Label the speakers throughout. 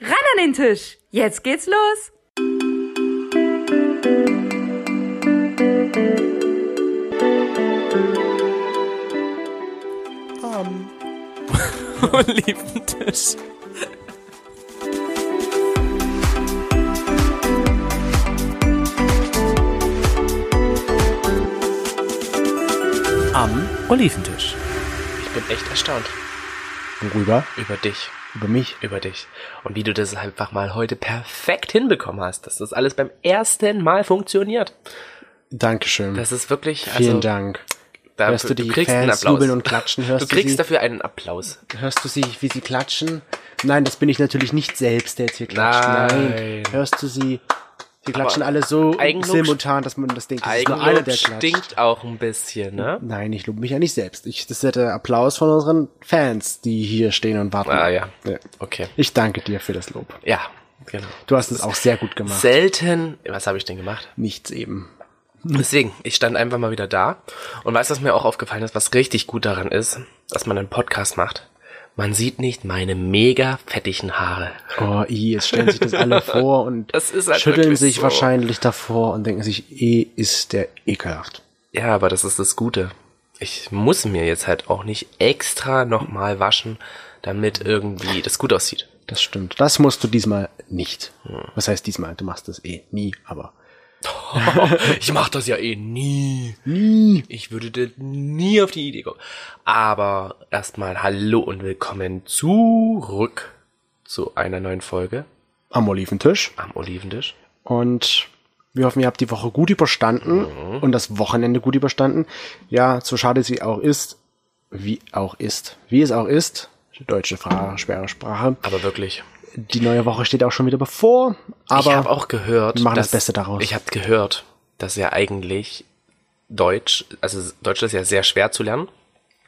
Speaker 1: an den Tisch. Jetzt geht's los.
Speaker 2: und lieben Tisch. Am Oliventisch.
Speaker 3: Ich bin echt erstaunt
Speaker 4: Worüber?
Speaker 3: über dich,
Speaker 4: Über mich.
Speaker 3: über dich. Und wie du das einfach mal heute perfekt hinbekommen hast, dass das alles beim ersten Mal funktioniert.
Speaker 4: Dankeschön.
Speaker 3: Das ist wirklich, also,
Speaker 4: Vielen Dank.
Speaker 3: Da,
Speaker 4: Hörst du die Fans jubeln und klatschen? Hörst
Speaker 3: du
Speaker 4: du
Speaker 3: kriegst
Speaker 4: sie?
Speaker 3: dafür einen Applaus.
Speaker 4: Hörst du sie, wie sie klatschen? Nein, das bin ich natürlich nicht selbst, der jetzt hier klatscht.
Speaker 3: Nein.
Speaker 4: Hörst du sie? Sie klatschen
Speaker 3: Aber
Speaker 4: alle so
Speaker 3: Eigenlob
Speaker 4: simultan, dass man das denkt, das ist nur einer,
Speaker 3: Eigenlob
Speaker 4: der klatscht.
Speaker 3: stinkt auch ein bisschen, ne?
Speaker 4: Nein, ich lobe mich ja nicht selbst. Ich, das ist der Applaus von unseren Fans, die hier stehen und warten.
Speaker 3: Ah, ja. Okay.
Speaker 4: Ich danke dir für das Lob.
Speaker 3: Ja, genau.
Speaker 4: Du hast es auch sehr gut gemacht.
Speaker 3: Selten, was habe ich denn gemacht?
Speaker 4: Nichts eben.
Speaker 3: Deswegen, ich stand einfach mal wieder da. Und weißt du, was mir auch aufgefallen ist, was richtig gut daran ist, dass man einen Podcast macht? Man sieht nicht meine mega fettigen Haare.
Speaker 4: Oh, i, jetzt stellen sich das alle vor und
Speaker 3: Das ist halt
Speaker 4: schütteln
Speaker 3: wirklich
Speaker 4: sich
Speaker 3: so.
Speaker 4: wahrscheinlich davor und denken sich, eh ist der ekelhaft.
Speaker 3: Ja, aber das ist das Gute. Ich muss mir jetzt halt auch nicht extra nochmal waschen, damit irgendwie das gut aussieht.
Speaker 4: Das stimmt. Das musst du diesmal nicht. Was heißt diesmal? Du machst das eh nie, aber
Speaker 3: ich mach das ja eh nie. Ich würde da nie auf die Idee kommen. Aber erstmal hallo und willkommen zurück zu einer neuen Folge
Speaker 4: am Oliventisch.
Speaker 3: am Oliventisch.
Speaker 4: Und wir hoffen, ihr habt die Woche gut überstanden
Speaker 3: Mhm.
Speaker 4: und das Wochenende gut überstanden. Ja, so schade sie auch ist, wie auch ist, wie es auch ist. Deutsche Sprache, schwere Sprache.
Speaker 3: Aber wirklich,
Speaker 4: Die neue Woche steht auch schon wieder bevor,
Speaker 3: ich habe
Speaker 4: aber
Speaker 3: auch gehört,
Speaker 4: wir machen das Beste daraus.
Speaker 3: Ich habe gehört, dass ja eigentlich Deutsch, also Deutsch ist ja sehr schwer zu lernen.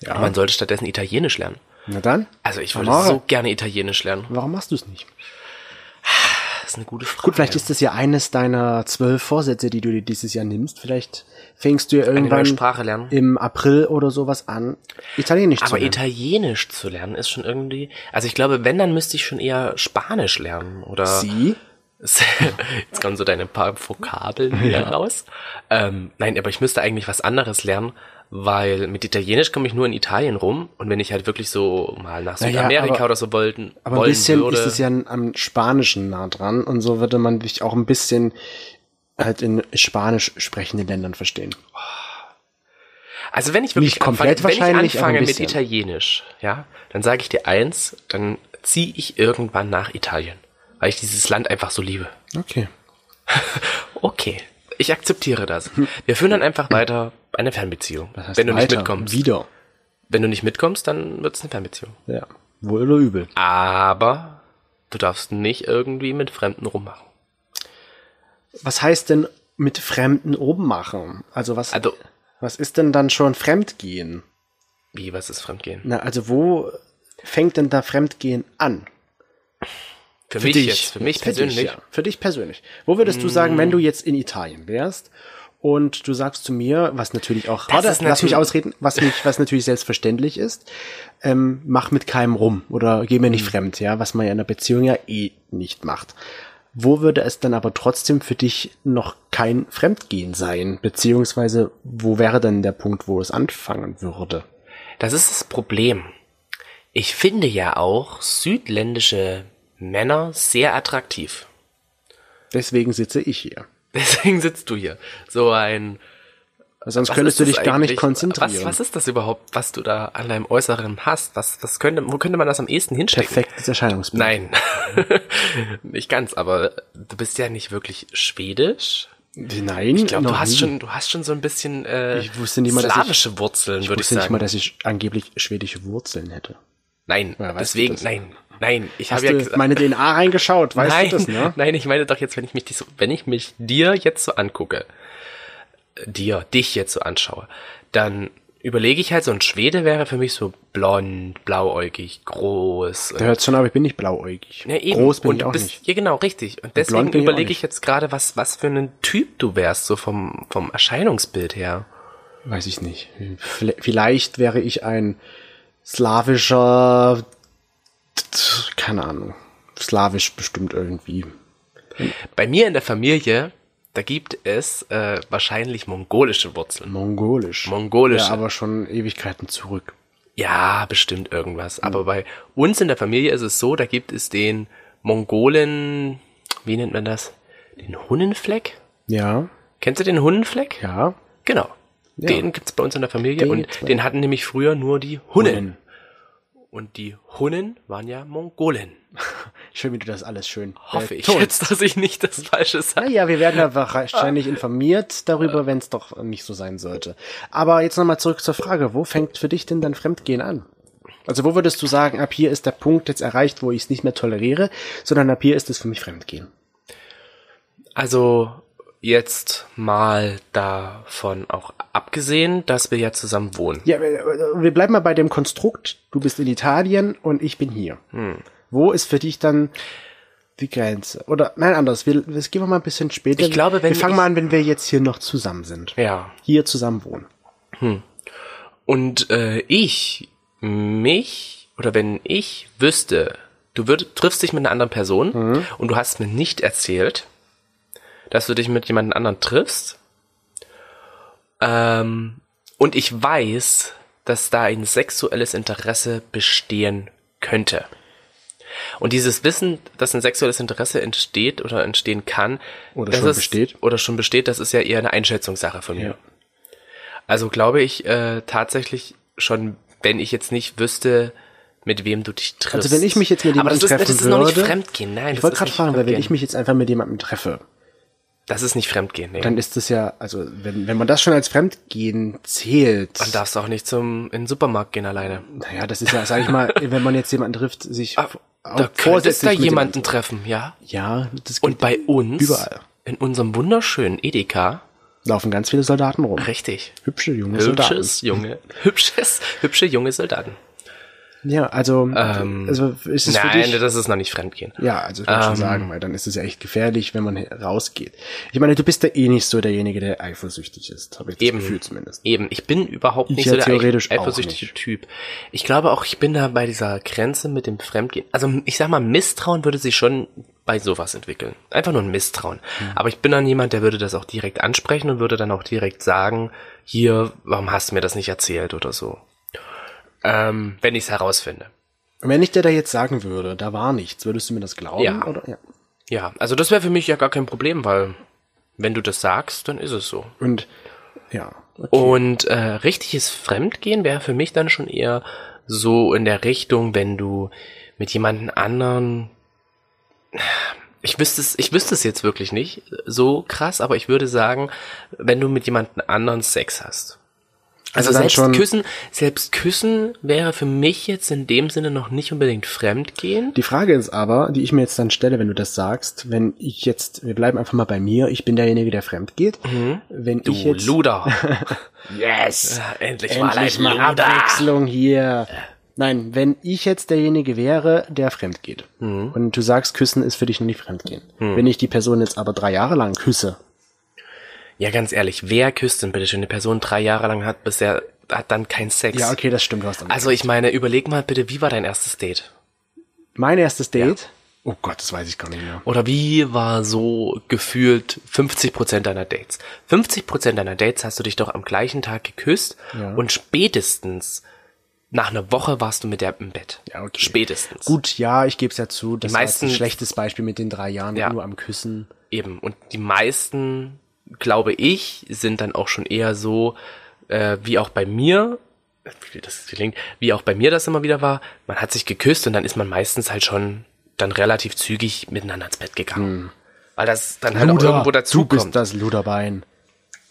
Speaker 4: Ja.
Speaker 3: Man sollte stattdessen Italienisch lernen.
Speaker 4: na dann,
Speaker 3: Also ich würde
Speaker 4: Amore.
Speaker 3: so gerne Italienisch lernen.
Speaker 4: warum machst du es nicht?
Speaker 3: Das ist eine gute Frage.
Speaker 4: Gut, vielleicht ist das ja eines deiner zwölf Vorsätze, die du dir dieses Jahr nimmst. Vielleicht fängst du ja
Speaker 3: eine neue
Speaker 4: irgendwann
Speaker 3: Sprache lernen.
Speaker 4: im April oder sowas an, Italienisch zu
Speaker 3: Aber
Speaker 4: lernen.
Speaker 3: Italienisch zu lernen ist schon irgendwie. Also ich glaube, wenn, dann müsste ich schon eher Spanisch lernen. Oder
Speaker 4: Sie?
Speaker 3: jetzt kommen so deine paar Vokabeln wieder raus. Ähm, nein, aber ich müsste eigentlich was anderes lernen, weil mit Italienisch komme ich nur in Italien rum. Und wenn ich halt wirklich so mal nach
Speaker 4: Naja,
Speaker 3: Südamerika
Speaker 4: aber-
Speaker 3: oder so wollten,
Speaker 4: Aber ein
Speaker 3: wollen
Speaker 4: bisschen
Speaker 3: würde.
Speaker 4: ist es ja an- am Spanischen nah dran und so würde man dich auch ein bisschen halt in spanisch sprechenden Ländern verstehen.
Speaker 3: Also wenn ich wirklich
Speaker 4: Nicht komplett
Speaker 3: anfange, wenn
Speaker 4: wahrscheinlich,
Speaker 3: ich
Speaker 4: aber
Speaker 3: anfange
Speaker 4: ein
Speaker 3: mit
Speaker 4: bisschen.
Speaker 3: Italienisch, ja, dann sage ich dir eins, dann ziehe ich irgendwann nach Italien, weil ich dieses Land einfach so liebe.
Speaker 4: Okay.
Speaker 3: Okay, ich akzeptiere das. Wir führen dann einfach weiter eine Fernbeziehung.
Speaker 4: Das heißt
Speaker 3: wenn du nicht
Speaker 4: weiter,
Speaker 3: mitkommst.
Speaker 4: Wieder.
Speaker 3: Wenn du nicht mitkommst, dann wird's eine Fernbeziehung.
Speaker 4: Ja. Wohl oder übel.
Speaker 3: Aber du darfst nicht irgendwie mit Fremden rummachen.
Speaker 4: Was heißt denn mit Fremden rummachen? Also was,
Speaker 3: Also-
Speaker 4: was ist denn dann schon Fremdgehen?
Speaker 3: Wie, was ist Fremdgehen?
Speaker 4: Na, also wo fängt denn da Fremdgehen an?
Speaker 3: Für, mich jetzt, für mich persönlich.
Speaker 4: Dich, ja. Für dich persönlich. Wo würdest du sagen, wenn du jetzt in Italien wärst und du sagst zu mir, was natürlich auch, warte,
Speaker 3: ist
Speaker 4: lass mich
Speaker 3: natürlich-
Speaker 4: ausreden, was, mich, was natürlich selbstverständlich ist, ähm, mach mit keinem rum oder geh mir nicht
Speaker 3: Mhm.
Speaker 4: fremd, ja, was man ja in einer Beziehung ja eh nicht macht. Wo würde es dann aber trotzdem für dich noch kein Fremdgehen sein? Beziehungsweise, wo wäre denn der Punkt, wo es anfangen würde?
Speaker 3: Das ist das Problem. Ich finde ja auch südländische Männer sehr attraktiv.
Speaker 4: Deswegen sitze ich hier.
Speaker 3: Deswegen sitzt du hier. So ein.
Speaker 4: Sonst
Speaker 3: was
Speaker 4: könntest du
Speaker 3: ist
Speaker 4: dich
Speaker 3: das
Speaker 4: gar nicht
Speaker 3: eigentlich?
Speaker 4: konzentrieren.
Speaker 3: Was, was ist das überhaupt, was du da an deinem Äußeren hast? Was, was könnte, wo könnte man das am ehesten hinstecken?
Speaker 4: Perfektes Erscheinungsbild.
Speaker 3: Nein. nicht ganz, aber du bist ja nicht wirklich schwedisch.
Speaker 4: Nein,
Speaker 3: Ich glaube, du
Speaker 4: Hm, noch
Speaker 3: hast
Speaker 4: nie.
Speaker 3: schon, du hast schon so ein bisschen äh,
Speaker 4: Ich wusste nicht mal, dass ich-
Speaker 3: slawische Wurzeln,
Speaker 4: Ich
Speaker 3: würde ich
Speaker 4: wusste
Speaker 3: sagen.
Speaker 4: nicht mal, dass ich angeblich schwedische Wurzeln hätte.
Speaker 3: nein,
Speaker 4: Woher weißt du
Speaker 3: deswegen,
Speaker 4: das?
Speaker 3: nein, nein. Ich
Speaker 4: Hast
Speaker 3: habe ja
Speaker 4: du
Speaker 3: gesagt,
Speaker 4: meine DNA reingeschaut? Weißt
Speaker 3: nein,
Speaker 4: du das, ne?
Speaker 3: nein, ich meine doch jetzt, wenn ich mich, dich so, wenn ich mich dir jetzt so angucke, äh, dir, dich jetzt so anschaue, dann überlege ich halt, so ein Schwede wäre für mich so blond, blauäugig, groß.
Speaker 4: Da hört's schon, aber ich bin nicht blauäugig.
Speaker 3: Ja, eben.
Speaker 4: Groß bin
Speaker 3: und
Speaker 4: ich
Speaker 3: du
Speaker 4: auch
Speaker 3: bist,
Speaker 4: nicht.
Speaker 3: Ja, genau, richtig. Und deswegen
Speaker 4: blond bin ich auch
Speaker 3: überlege ich
Speaker 4: nicht.
Speaker 3: jetzt gerade, was, was für ein Typ du wärst, so vom, vom Erscheinungsbild her.
Speaker 4: Weiß ich nicht. Vle- Vielleicht wäre ich ein slawischer, keine Ahnung. slawisch bestimmt irgendwie.
Speaker 3: Bei mir in der Familie, da gibt es äh, wahrscheinlich mongolische Wurzeln.
Speaker 4: Mongolisch.
Speaker 3: Mongolisch.
Speaker 4: Ja, aber schon Ewigkeiten zurück.
Speaker 3: Ja, bestimmt irgendwas.
Speaker 4: Hm.
Speaker 3: Aber bei uns in der Familie ist es so, da gibt es den Mongolen, wie nennt man das? Den Hunnenfleck?
Speaker 4: Ja,
Speaker 3: Kennst du den Hunnenfleck?
Speaker 4: ja.
Speaker 3: Genau. Den gibt's bei uns in der Familie
Speaker 4: Den
Speaker 3: und
Speaker 4: gibt's bei-
Speaker 3: den hatten nämlich früher nur die Hunnen. Und die Hunnen waren ja Mongolen.
Speaker 4: Schön, wie du das alles schön.
Speaker 3: Hoffe ich
Speaker 4: betonst.
Speaker 3: jetzt, dass ich nicht das Falsche sage.
Speaker 4: Naja, wir werden da wahrscheinlich informiert darüber, wenn es doch nicht so sein sollte. Aber jetzt nochmal zurück zur Frage, wo fängt für dich denn dann Fremdgehen an? Also wo würdest du sagen, ab hier ist der Punkt jetzt erreicht, wo ich es nicht mehr toleriere, sondern ab hier ist es für mich Fremdgehen?
Speaker 3: Also jetzt mal davon auch abgesehen, dass wir ja zusammen wohnen.
Speaker 4: Ja, äh, wir bleiben mal bei dem Konstrukt, du bist in Italien und ich bin hier.
Speaker 3: Hm.
Speaker 4: Wo ist für dich dann die Grenze? Oder nein, anders, wir, das gehen wir mal ein bisschen später.
Speaker 3: Ich glaube, wenn
Speaker 4: wir fangen
Speaker 3: ich-
Speaker 4: mal an, wenn wir jetzt hier noch zusammen sind.
Speaker 3: Ja.
Speaker 4: Hier zusammen wohnen.
Speaker 3: Und äh, ich, mich, oder wenn ich wüsste, du würd, triffst dich mit einer anderen Person
Speaker 4: Mhm.
Speaker 3: und du hast mir nicht erzählt, dass du dich mit jemand anderen triffst, ähm, und ich weiß, dass da ein sexuelles Interesse bestehen könnte. Und dieses Wissen, dass ein sexuelles Interesse entsteht oder entstehen kann,
Speaker 4: Oder
Speaker 3: das
Speaker 4: schon
Speaker 3: ist,
Speaker 4: besteht.
Speaker 3: oder schon besteht, das ist ja eher eine Einschätzungssache von mir.
Speaker 4: Ja.
Speaker 3: Also glaube ich äh, tatsächlich schon, wenn ich jetzt nicht wüsste, mit wem du dich triffst.
Speaker 4: Also wenn ich mich jetzt mit
Speaker 3: Aber
Speaker 4: jemandem
Speaker 3: das ist,
Speaker 4: treffen
Speaker 3: das ist
Speaker 4: würde,
Speaker 3: noch nicht Fremdgehen, nein.
Speaker 4: ich
Speaker 3: das
Speaker 4: wollte
Speaker 3: ist
Speaker 4: gerade
Speaker 3: nicht
Speaker 4: fragen, weil wenn
Speaker 3: Fremdgehen.
Speaker 4: ich mich jetzt einfach mit jemandem treffe,
Speaker 3: Das ist nicht Fremdgehen, nee.
Speaker 4: dann
Speaker 3: Dann
Speaker 4: ist das ja, also wenn, wenn man das schon als Fremdgehen zählt,
Speaker 3: darfst du auch nicht zum in den Supermarkt gehen alleine.
Speaker 4: naja, das ist ja, sag ich mal, wenn man jetzt jemanden trifft, sich
Speaker 3: Ah,
Speaker 4: auch
Speaker 3: da könntest
Speaker 4: vorsätzlich
Speaker 3: da
Speaker 4: mit
Speaker 3: jemanden treffen, ja.
Speaker 4: jemandem- ja, das
Speaker 3: Und
Speaker 4: geht,
Speaker 3: bei uns
Speaker 4: überall.
Speaker 3: in unserem wunderschönen Edeka,
Speaker 4: laufen ganz viele Soldaten rum.
Speaker 3: richtig.
Speaker 4: Hübsche junge Soldaten.
Speaker 3: Hübsches junge, hübsches, hübsche junge Soldaten.
Speaker 4: Ja, also, also ist es für
Speaker 3: Ähm, Nein,
Speaker 4: dich?
Speaker 3: das ist Ähm, noch nicht Fremdgehen.
Speaker 4: ja, also ich würde schon sagen, weil dann ist es ja echt gefährlich, wenn man rausgeht. Ich meine, du bist ja eh nicht so derjenige, der eifersüchtig ist, habe ich das
Speaker 3: Eben.
Speaker 4: Gefühl zumindest.
Speaker 3: Eben, ich bin überhaupt nicht
Speaker 4: ja
Speaker 3: so der
Speaker 4: theoretisch
Speaker 3: eich-
Speaker 4: auch
Speaker 3: eifersüchtige
Speaker 4: nicht.
Speaker 3: Typ. Ich glaube auch, ich bin da bei dieser Grenze mit dem Fremdgehen. Also ich sag mal, Misstrauen würde sich schon bei sowas entwickeln. Einfach nur ein Misstrauen.
Speaker 4: Hm.
Speaker 3: Aber ich bin dann jemand, der würde das auch direkt ansprechen und würde dann auch direkt sagen, hier, warum hast du mir das nicht erzählt oder so. Ähm, wenn ich es herausfinde.
Speaker 4: Und wenn ich dir da jetzt sagen würde, da war nichts, würdest du mir das glauben?
Speaker 3: Ja.
Speaker 4: Oder? ja.
Speaker 3: Ja, also das wäre für mich ja gar kein Problem, weil wenn du das sagst, dann ist es so.
Speaker 4: Und ja,
Speaker 3: Und äh, richtiges Fremdgehen wäre für mich dann schon eher so in der Richtung, wenn du mit jemandem anderen. Ich wüsste es, ich wüsste es jetzt wirklich nicht so krass, aber ich würde sagen, wenn du mit jemandem anderen Sex hast. Also,
Speaker 4: Also dann
Speaker 3: selbst
Speaker 4: schon-
Speaker 3: küssen, selbst küssen wäre für mich jetzt in dem Sinne noch nicht unbedingt Fremdgehen.
Speaker 4: Die Frage ist aber, die ich mir jetzt dann stelle, wenn du das sagst, wenn ich jetzt, wir bleiben einfach mal bei mir, ich bin derjenige, der fremd geht. Wenn
Speaker 3: Du
Speaker 4: ich jetzt
Speaker 3: Luder,
Speaker 4: yes,
Speaker 3: endlich, mal
Speaker 4: endlich
Speaker 3: ein
Speaker 4: mal
Speaker 3: Luder.
Speaker 4: Abwechslung hier. Nein, wenn ich jetzt derjenige wäre, der fremd geht und du sagst, küssen ist für dich nicht fremdgehen. Wenn ich die Person jetzt aber drei Jahre lang küsse,
Speaker 3: Ja, ganz ehrlich, wer küsst denn bitte schön eine Person drei Jahre lang hat, bisher hat dann keinen Sex?
Speaker 4: ja okay, das stimmt, du hast damit.
Speaker 3: Also ich meine, überleg mal bitte, wie war dein erstes Date?
Speaker 4: mein erstes Date. Oh Gott, das weiß ich gar nicht mehr.
Speaker 3: Oder wie war so gefühlt 50% deiner Dates? 50% deiner Dates hast du dich doch am gleichen Tag geküsst
Speaker 4: Ja.
Speaker 3: und spätestens nach einer Woche warst du mit der im Bett.
Speaker 4: Ja, okay.
Speaker 3: Spätestens.
Speaker 4: Gut, ja, ich gebe es ja zu, das war jetzt ein
Speaker 3: meisten-
Speaker 4: schlechtes Beispiel mit den drei Jahren
Speaker 3: Ja.
Speaker 4: nur am Küssen.
Speaker 3: Eben. Und die meisten, glaube ich, sind dann auch schon eher so, äh, wie auch bei mir, wie das klingt, wie auch bei mir das immer wieder war, man hat sich geküsst und dann ist man meistens halt schon dann relativ zügig miteinander ins Bett gegangen. Weil das dann halt auch irgendwo
Speaker 4: Hm. du bist
Speaker 3: dazukommt.
Speaker 4: das Luderbein.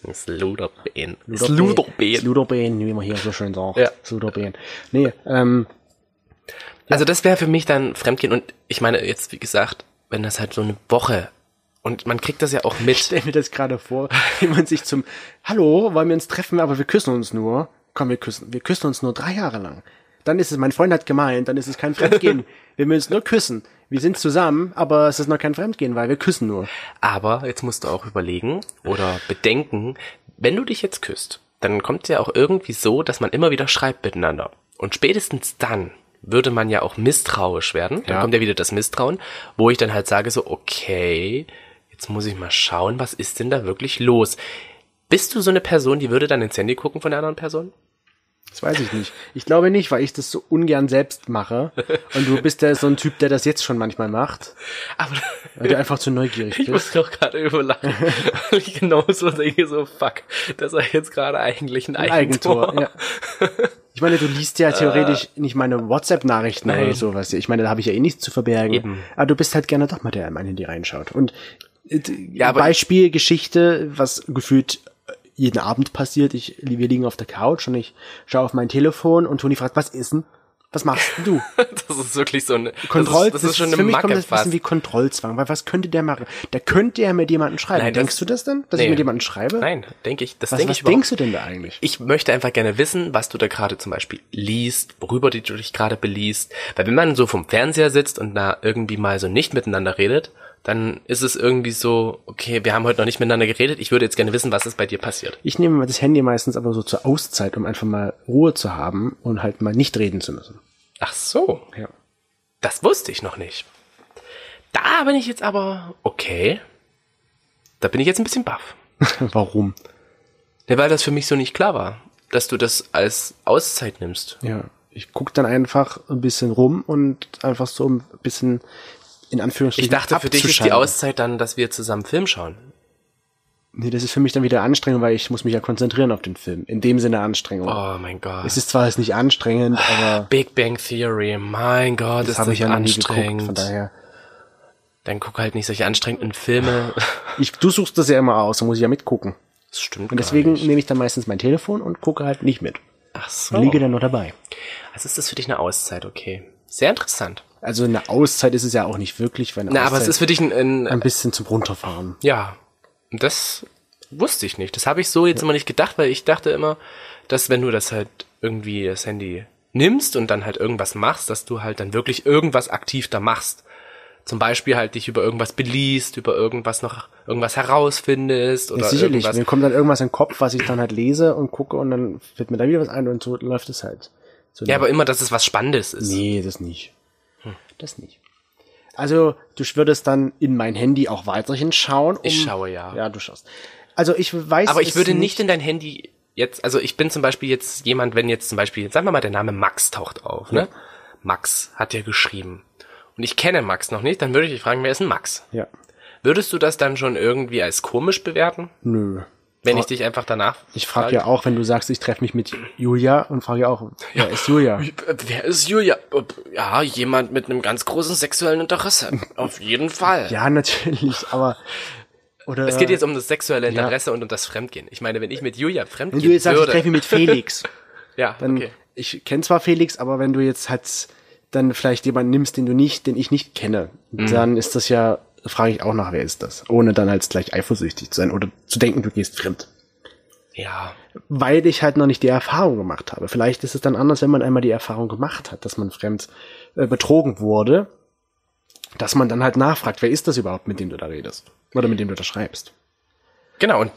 Speaker 3: Das Luderbein. Das
Speaker 4: Sluderbein.
Speaker 3: Luderbein.
Speaker 4: Sluderbein, wie man hier so schön sagt.
Speaker 3: Ja.
Speaker 4: Sluderbein. Nee, ähm,
Speaker 3: Also das wäre für mich dann Fremdgehen und ich meine jetzt, wie gesagt, wenn das halt so eine Woche und man kriegt das ja auch mit.
Speaker 4: stell mir das gerade vor, wie man sich zum Hallo, wollen wir uns treffen, aber wir küssen uns nur. Komm, wir küssen. Wir küssen uns nur drei Jahre lang. Dann ist es, mein Freund hat gemeint, dann ist es kein Fremdgehen. wir müssen nur küssen. Wir sind zusammen, aber es ist noch kein Fremdgehen, weil wir küssen nur.
Speaker 3: Aber jetzt musst du auch überlegen oder bedenken, wenn du dich jetzt küsst, dann kommt es ja auch irgendwie so, dass man immer wieder schreibt miteinander. Und spätestens dann würde man ja auch misstrauisch werden. Dann
Speaker 4: Ja.
Speaker 3: kommt ja wieder das Misstrauen, wo ich dann halt sage so, okay, jetzt muss ich mal schauen, was ist denn da wirklich los? Bist du so eine Person, die würde dann ins Handy gucken von der anderen Person?
Speaker 4: Das weiß ich nicht. Ich glaube nicht, weil ich das so ungern selbst mache. Und du bist ja so ein Typ, der das jetzt schon manchmal macht,
Speaker 3: Aber
Speaker 4: weil du einfach zu neugierig
Speaker 3: Ich
Speaker 4: bist.
Speaker 3: muss doch gerade überlachen, weil ich genau so denke, so fuck, das war jetzt gerade eigentlich ein Eigentor.
Speaker 4: Eigentor, ja. Ich meine, du liest ja theoretisch nicht meine WhatsApp-Nachrichten
Speaker 3: Äh, Nein.
Speaker 4: oder sowas. Ich meine, da habe ich ja eh nichts zu verbergen.
Speaker 3: Eben.
Speaker 4: Aber du bist halt gerne doch mal der, der in mein Handy reinschaut. Und äh, d-
Speaker 3: Ja, aber-
Speaker 4: Beispiel, Geschichte, was gefühlt äh, jeden Abend passiert. Ich, wir liegen auf der Couch und ich schaue auf mein Telefon und Toni fragt, was ist denn? Was machst denn du?
Speaker 3: Das ist wirklich so eine
Speaker 4: Kontroll,
Speaker 3: Das ist, das ist schon
Speaker 4: für
Speaker 3: eine
Speaker 4: mich kommt
Speaker 3: Macke
Speaker 4: das ein bisschen
Speaker 3: fast.
Speaker 4: wie Kontrollzwang, weil was könnte der machen? Da könnte er mit jemandem schreiben.
Speaker 3: Nein, das-
Speaker 4: denkst du das denn, dass
Speaker 3: Nee.
Speaker 4: ich mit jemandem schreibe?
Speaker 3: Nein, denke ich. Das
Speaker 4: was
Speaker 3: denke
Speaker 4: was
Speaker 3: ich überhaupt
Speaker 4: denkst du denn da eigentlich?
Speaker 3: Ich möchte einfach gerne wissen, was du da gerade zum Beispiel liest, worüber du dich gerade beliest. Weil wenn man so vom Fernseher sitzt und da irgendwie mal so nicht miteinander redet, dann ist es irgendwie so, okay, wir haben heute noch nicht miteinander geredet, ich würde jetzt gerne wissen, was ist bei dir passiert.
Speaker 4: Ich nehme das Handy meistens aber so zur Auszeit, um einfach mal Ruhe zu haben und halt mal nicht reden zu müssen.
Speaker 3: Ach so,
Speaker 4: Ja.
Speaker 3: das wusste ich noch nicht. Da bin ich jetzt aber, okay, da bin ich jetzt ein bisschen baff.
Speaker 4: Warum?
Speaker 3: Ja, weil das für mich so nicht klar war, dass du das als Auszeit nimmst.
Speaker 4: Ja. Ich guck dann einfach ein bisschen rum und einfach so ein bisschen in Anführungsstrichen.
Speaker 3: Ich dachte, für dich ist die
Speaker 4: abzuschalten.
Speaker 3: Auszeit dann, dass wir zusammen Film schauen.
Speaker 4: Nee, das ist für mich dann wieder anstrengend, weil ich muss mich ja konzentrieren auf den Film. In dem Sinne Anstrengung.
Speaker 3: Oh mein Gott.
Speaker 4: Es ist zwar jetzt nicht anstrengend, aber
Speaker 3: Big Bang Theory, mein Gott,
Speaker 4: das
Speaker 3: ist
Speaker 4: habe
Speaker 3: das
Speaker 4: ich ja noch nie geguckt, von
Speaker 3: anstrengend.
Speaker 4: daher.
Speaker 3: Dann guck halt nicht solche anstrengenden Filme.
Speaker 4: Ich, du suchst das ja immer aus, dann muss ich ja mitgucken.
Speaker 3: Das stimmt.
Speaker 4: Und
Speaker 3: gar
Speaker 4: deswegen
Speaker 3: nicht. Oh.
Speaker 4: nehme ich dann meistens mein Telefon und gucke halt nicht mit.
Speaker 3: Ach so.
Speaker 4: Und Liege dann nur dabei.
Speaker 3: Also ist das für dich eine Auszeit, okay. Sehr interessant.
Speaker 4: Also eine Auszeit ist es ja auch nicht wirklich, weil eine
Speaker 3: Na,
Speaker 4: Auszeit
Speaker 3: aber es ist für dich ein, ein,
Speaker 4: ein bisschen zum Runterfahren.
Speaker 3: ja. Das wusste ich nicht. Das habe ich so jetzt immer nicht gedacht, weil ich dachte immer, dass wenn du das halt irgendwie das Handy nimmst und dann halt irgendwas machst, dass du halt dann wirklich irgendwas aktiv da machst. Zum Beispiel halt dich über irgendwas beliest, über irgendwas noch irgendwas herausfindest oder
Speaker 4: Ja, sicherlich.
Speaker 3: irgendwas.
Speaker 4: Mir kommt dann irgendwas in den Kopf, was ich dann halt lese und gucke und dann fällt mir da wieder was ein und so läuft es halt. So
Speaker 3: Ja, aber immer, dass es was Spannendes ist.
Speaker 4: nee, das nicht.
Speaker 3: Hm.
Speaker 4: Das nicht. Also, du würdest dann in mein Handy auch weiterhin schauen. Um,
Speaker 3: Ich schaue, ja.
Speaker 4: Ja, du schaust. Also, ich weiß
Speaker 3: Aber ich
Speaker 4: es
Speaker 3: würde nicht, in dein Handy jetzt, also ich bin zum Beispiel jetzt jemand, wenn jetzt zum Beispiel, sagen wir mal, der Name Max taucht auf, ne? Max hat ja geschrieben. Und ich kenne Max noch nicht, dann würde ich dich fragen, wer ist denn Max?
Speaker 4: Ja.
Speaker 3: Würdest du das dann schon irgendwie als komisch bewerten,
Speaker 4: Nö.
Speaker 3: wenn ich dich einfach danach
Speaker 4: Ich frage ja auch, wenn du sagst, ich treffe mich mit Julia und frage ja auch, wer ist Julia?
Speaker 3: Äh, Wer ist Julia? Ja, jemand mit einem ganz großen sexuellen Interesse. Auf jeden Fall.
Speaker 4: Ja, natürlich, aber oder
Speaker 3: Es geht jetzt um das sexuelle Interesse und um das Fremdgehen. Ich meine, wenn ich mit Julia
Speaker 4: wenn
Speaker 3: fremdgehen
Speaker 4: du jetzt sagst, ich
Speaker 3: um würde,
Speaker 4: treffe mich mit Felix,
Speaker 3: ja,
Speaker 4: dann
Speaker 3: okay.
Speaker 4: ich kenne zwar Felix, aber wenn du jetzt halt dann vielleicht jemanden nimmst, den du nicht, den ich nicht kenne, dann ist das ja frage ich auch nach, wer ist das, ohne dann halt gleich eifersüchtig zu sein oder zu denken, du gehst fremd,
Speaker 3: ja,
Speaker 4: weil ich halt noch nicht die Erfahrung gemacht habe. Vielleicht ist es dann anders, wenn man einmal die Erfahrung gemacht hat, dass man fremd äh, betrogen wurde, dass man dann halt nachfragt, wer ist das überhaupt, mit dem du da redest oder mit dem du da schreibst.
Speaker 3: Genau, und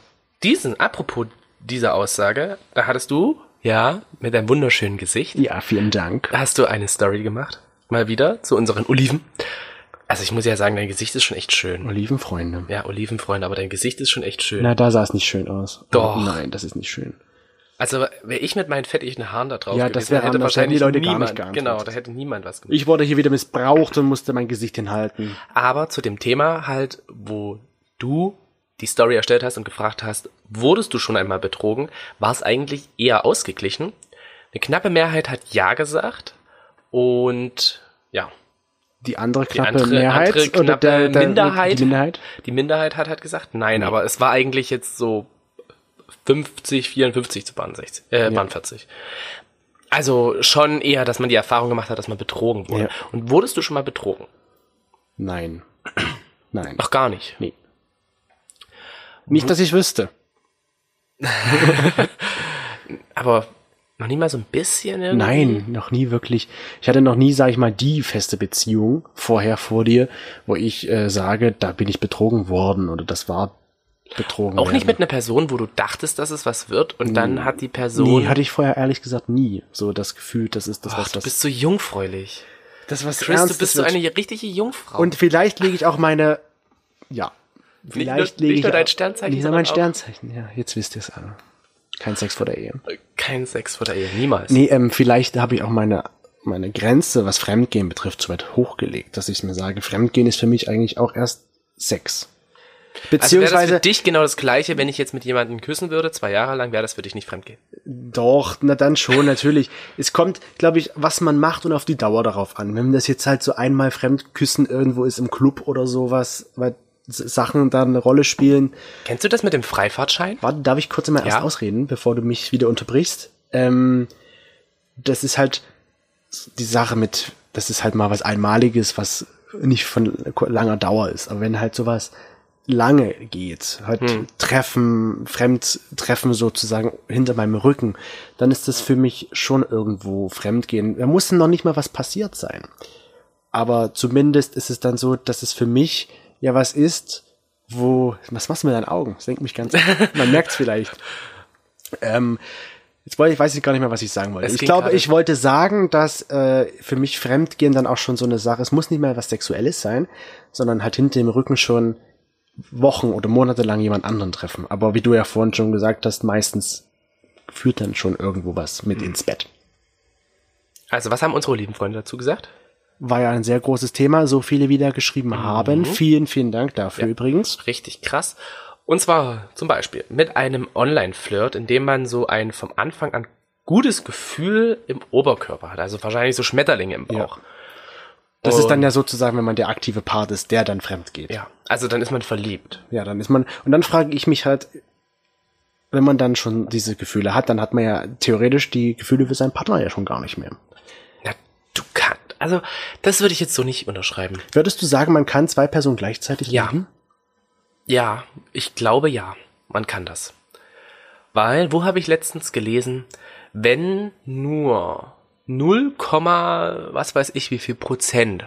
Speaker 3: diesen, apropos dieser Aussage, da hattest du, ja, mit deinem wunderschönen Gesicht,
Speaker 4: Ja, vielen Dank.
Speaker 3: hast du eine Story gemacht. Mal wieder zu unseren Oliven. Also ich muss ja sagen, dein Gesicht ist schon echt schön.
Speaker 4: Olivenfreunde.
Speaker 3: Ja, Olivenfreunde, aber dein Gesicht ist schon echt schön.
Speaker 4: Na, da sah es nicht schön aus.
Speaker 3: Doch.
Speaker 4: Nein, das ist nicht schön.
Speaker 3: Also wäre ich mit meinen fettigen Haaren da drauf
Speaker 4: Ja, das
Speaker 3: gewesen,
Speaker 4: wäre
Speaker 3: hätte
Speaker 4: anders, hätten
Speaker 3: wahrscheinlich
Speaker 4: die Leute gar
Speaker 3: niemand,
Speaker 4: nicht geantwortet.
Speaker 3: genau, da hätte niemand was gemacht.
Speaker 4: Ich wurde hier wieder missbraucht und musste mein Gesicht hinhalten.
Speaker 3: Aber zu dem Thema halt, wo du die Story erstellt hast und gefragt hast, wurdest du schon einmal betrogen, war es eigentlich eher ausgeglichen. Eine knappe Mehrheit hat Ja gesagt und ja,
Speaker 4: Die andere
Speaker 3: Die
Speaker 4: knappe
Speaker 3: andere-
Speaker 4: Mehrheit
Speaker 3: andere
Speaker 4: oder
Speaker 3: knappe
Speaker 4: der, der,
Speaker 3: Minderheit.
Speaker 4: Die Minderheit.
Speaker 3: die Minderheit hat halt gesagt Nein, aber es war eigentlich jetzt so 50, 54 zu 62, äh, 42. Also schon eher, dass man die Erfahrung gemacht hat, dass man betrogen wurde.
Speaker 4: Ja.
Speaker 3: Und wurdest du schon mal betrogen?
Speaker 4: Nein. Nein.
Speaker 3: Noch gar nicht.
Speaker 4: nee. Nicht, dass ich wüsste.
Speaker 3: Aber noch nie mal so ein bisschen? irgendwie?
Speaker 4: Nein, noch nie wirklich. Ich hatte noch nie, sage ich mal, die feste Beziehung vorher vor dir, wo ich äh, sage, da bin ich betrogen worden oder das war betrogen
Speaker 3: Auch nicht
Speaker 4: werden.
Speaker 3: mit einer Person, wo du dachtest, dass es was wird und dann hat die Person.
Speaker 4: Nee, hatte ich vorher ehrlich gesagt nie so das Gefühl, das ist das,
Speaker 3: Ach,
Speaker 4: was
Speaker 3: du
Speaker 4: das,
Speaker 3: bist so jungfräulich.
Speaker 4: das was
Speaker 3: Chris,
Speaker 4: Ernstes
Speaker 3: du bist so
Speaker 4: wird.
Speaker 3: eine richtige Jungfrau.
Speaker 4: Und vielleicht lege ich auch meine, ja, vielleicht
Speaker 3: nur-
Speaker 4: lege
Speaker 3: nicht
Speaker 4: ich
Speaker 3: nur dein
Speaker 4: auch-
Speaker 3: Sternzeichen,
Speaker 4: Nicht nur mein
Speaker 3: sondern
Speaker 4: Sternzeichen, ja, jetzt wisst ihr es alle. Kein Sex vor der Ehe.
Speaker 3: kein Sex vor der Ehe, niemals.
Speaker 4: Nee, ähm, vielleicht habe ich auch meine, meine Grenze, was Fremdgehen betrifft, zu weit hochgelegt, dass ich mir sage, Fremdgehen ist für mich eigentlich auch erst Sex.
Speaker 3: also wäre das
Speaker 4: Beziehungsweise,
Speaker 3: für dich genau das gleiche, wenn ich jetzt mit jemandem küssen würde, zwei Jahre lang, wäre das für dich nicht fremdgehen.
Speaker 4: doch, na dann schon, natürlich. es kommt, glaube ich, was man macht und auf die Dauer darauf an. Wenn das jetzt halt so einmal Fremdküssen irgendwo ist im Club oder sowas, weil S- Sachen da eine Rolle spielen.
Speaker 3: Kennst du das mit dem Freifahrtschein?
Speaker 4: Warte, darf ich kurz mal erst
Speaker 3: Ja.
Speaker 4: ausreden, bevor du mich wieder unterbrichst? Ähm, das ist halt die Sache mit, das ist halt mal was Einmaliges, was nicht von langer Dauer ist. Aber wenn halt sowas lange geht, halt Treffen, Fremdtreffen sozusagen hinter meinem Rücken, dann ist das für mich schon irgendwo Fremdgehen. Da muss noch nicht mal was passiert sein. Aber zumindest ist es dann so, dass es für mich ja was ist, wo, was machst du mit deinen Augen? Das lenkt mich ganz, man merkt's vielleicht. Ähm, jetzt wollte ich, weiß ich gar nicht mehr, was ich sagen wollte.
Speaker 3: Es
Speaker 4: ich
Speaker 3: ging
Speaker 4: glaube,
Speaker 3: gerade-
Speaker 4: ich wollte sagen, dass äh, für mich Fremdgehen dann auch schon so eine Sache, es muss nicht mal was Sexuelles sein, sondern halt hinter dem Rücken schon Wochen oder Monate lang jemand anderen treffen. Aber wie du ja vorhin schon gesagt hast, meistens führt dann schon irgendwo was
Speaker 3: Hm.
Speaker 4: mit ins Bett.
Speaker 3: Also, was haben unsere lieben Freunde dazu gesagt?
Speaker 4: War ja ein sehr großes Thema, so viele wieder geschrieben haben. Vielen, vielen Dank dafür übrigens.
Speaker 3: Richtig krass. Und zwar zum Beispiel mit einem Online-Flirt, in dem man so ein vom Anfang an gutes Gefühl im Oberkörper hat. Also wahrscheinlich so Schmetterlinge im Bauch.
Speaker 4: Das ist
Speaker 3: Und-
Speaker 4: dann ja sozusagen, wenn man der aktive Part ist, der dann fremd geht.
Speaker 3: Ja, also dann ist man verliebt.
Speaker 4: Ja, dann ist man. Und dann frage ich mich halt, wenn man dann schon diese Gefühle hat, dann hat man ja theoretisch die Gefühle für seinen Partner ja schon gar nicht mehr.
Speaker 3: Na, du kannst. Also, das würde ich jetzt so nicht unterschreiben.
Speaker 4: Würdest du sagen, man kann zwei Personen gleichzeitig
Speaker 3: Ja.
Speaker 4: lieben?
Speaker 3: Ja, ich glaube ja, man kann das. Weil, wo habe ich letztens gelesen, wenn nur 0, was weiß ich wie viel Prozent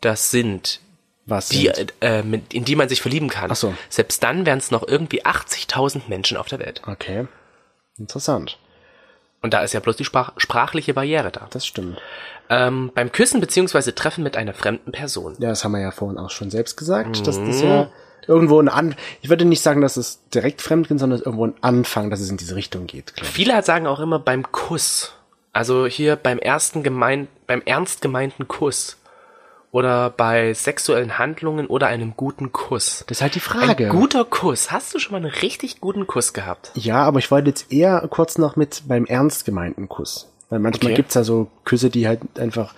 Speaker 3: das sind,
Speaker 4: Was?
Speaker 3: die,
Speaker 4: sind-
Speaker 3: äh, mit, in die man sich verlieben kann.
Speaker 4: Ach so.
Speaker 3: Selbst dann wären es noch irgendwie 80.000 Menschen auf der Welt.
Speaker 4: Okay. Interessant.
Speaker 3: Und da ist ja bloß die Sprach sprachliche Barriere da.
Speaker 4: Das stimmt.
Speaker 3: Ähm, beim Küssen beziehungsweise Treffen mit einer fremden Person.
Speaker 4: Ja, das haben wir ja vorhin auch schon selbst gesagt. dass Das ist ja irgendwo ein An. Ich würde nicht sagen, dass es direkt fremd geht, sondern es ist irgendwo ein Anfang, dass es in diese Richtung geht. Glaub ich.
Speaker 3: Viele sagen auch immer beim Kuss. Also hier beim ersten gemeint, beim ernst gemeinten Kuss. Oder bei sexuellen Handlungen oder einem guten Kuss.
Speaker 4: Das ist halt die
Speaker 3: Ein
Speaker 4: Frage.
Speaker 3: guter Kuss. Hast du schon mal einen richtig guten Kuss gehabt?
Speaker 4: Ja, aber ich wollte jetzt eher kurz noch mit beim ernst gemeinten Kuss. Weil manchmal
Speaker 3: Okay.
Speaker 4: gibt's ja so Küsse, die halt einfach,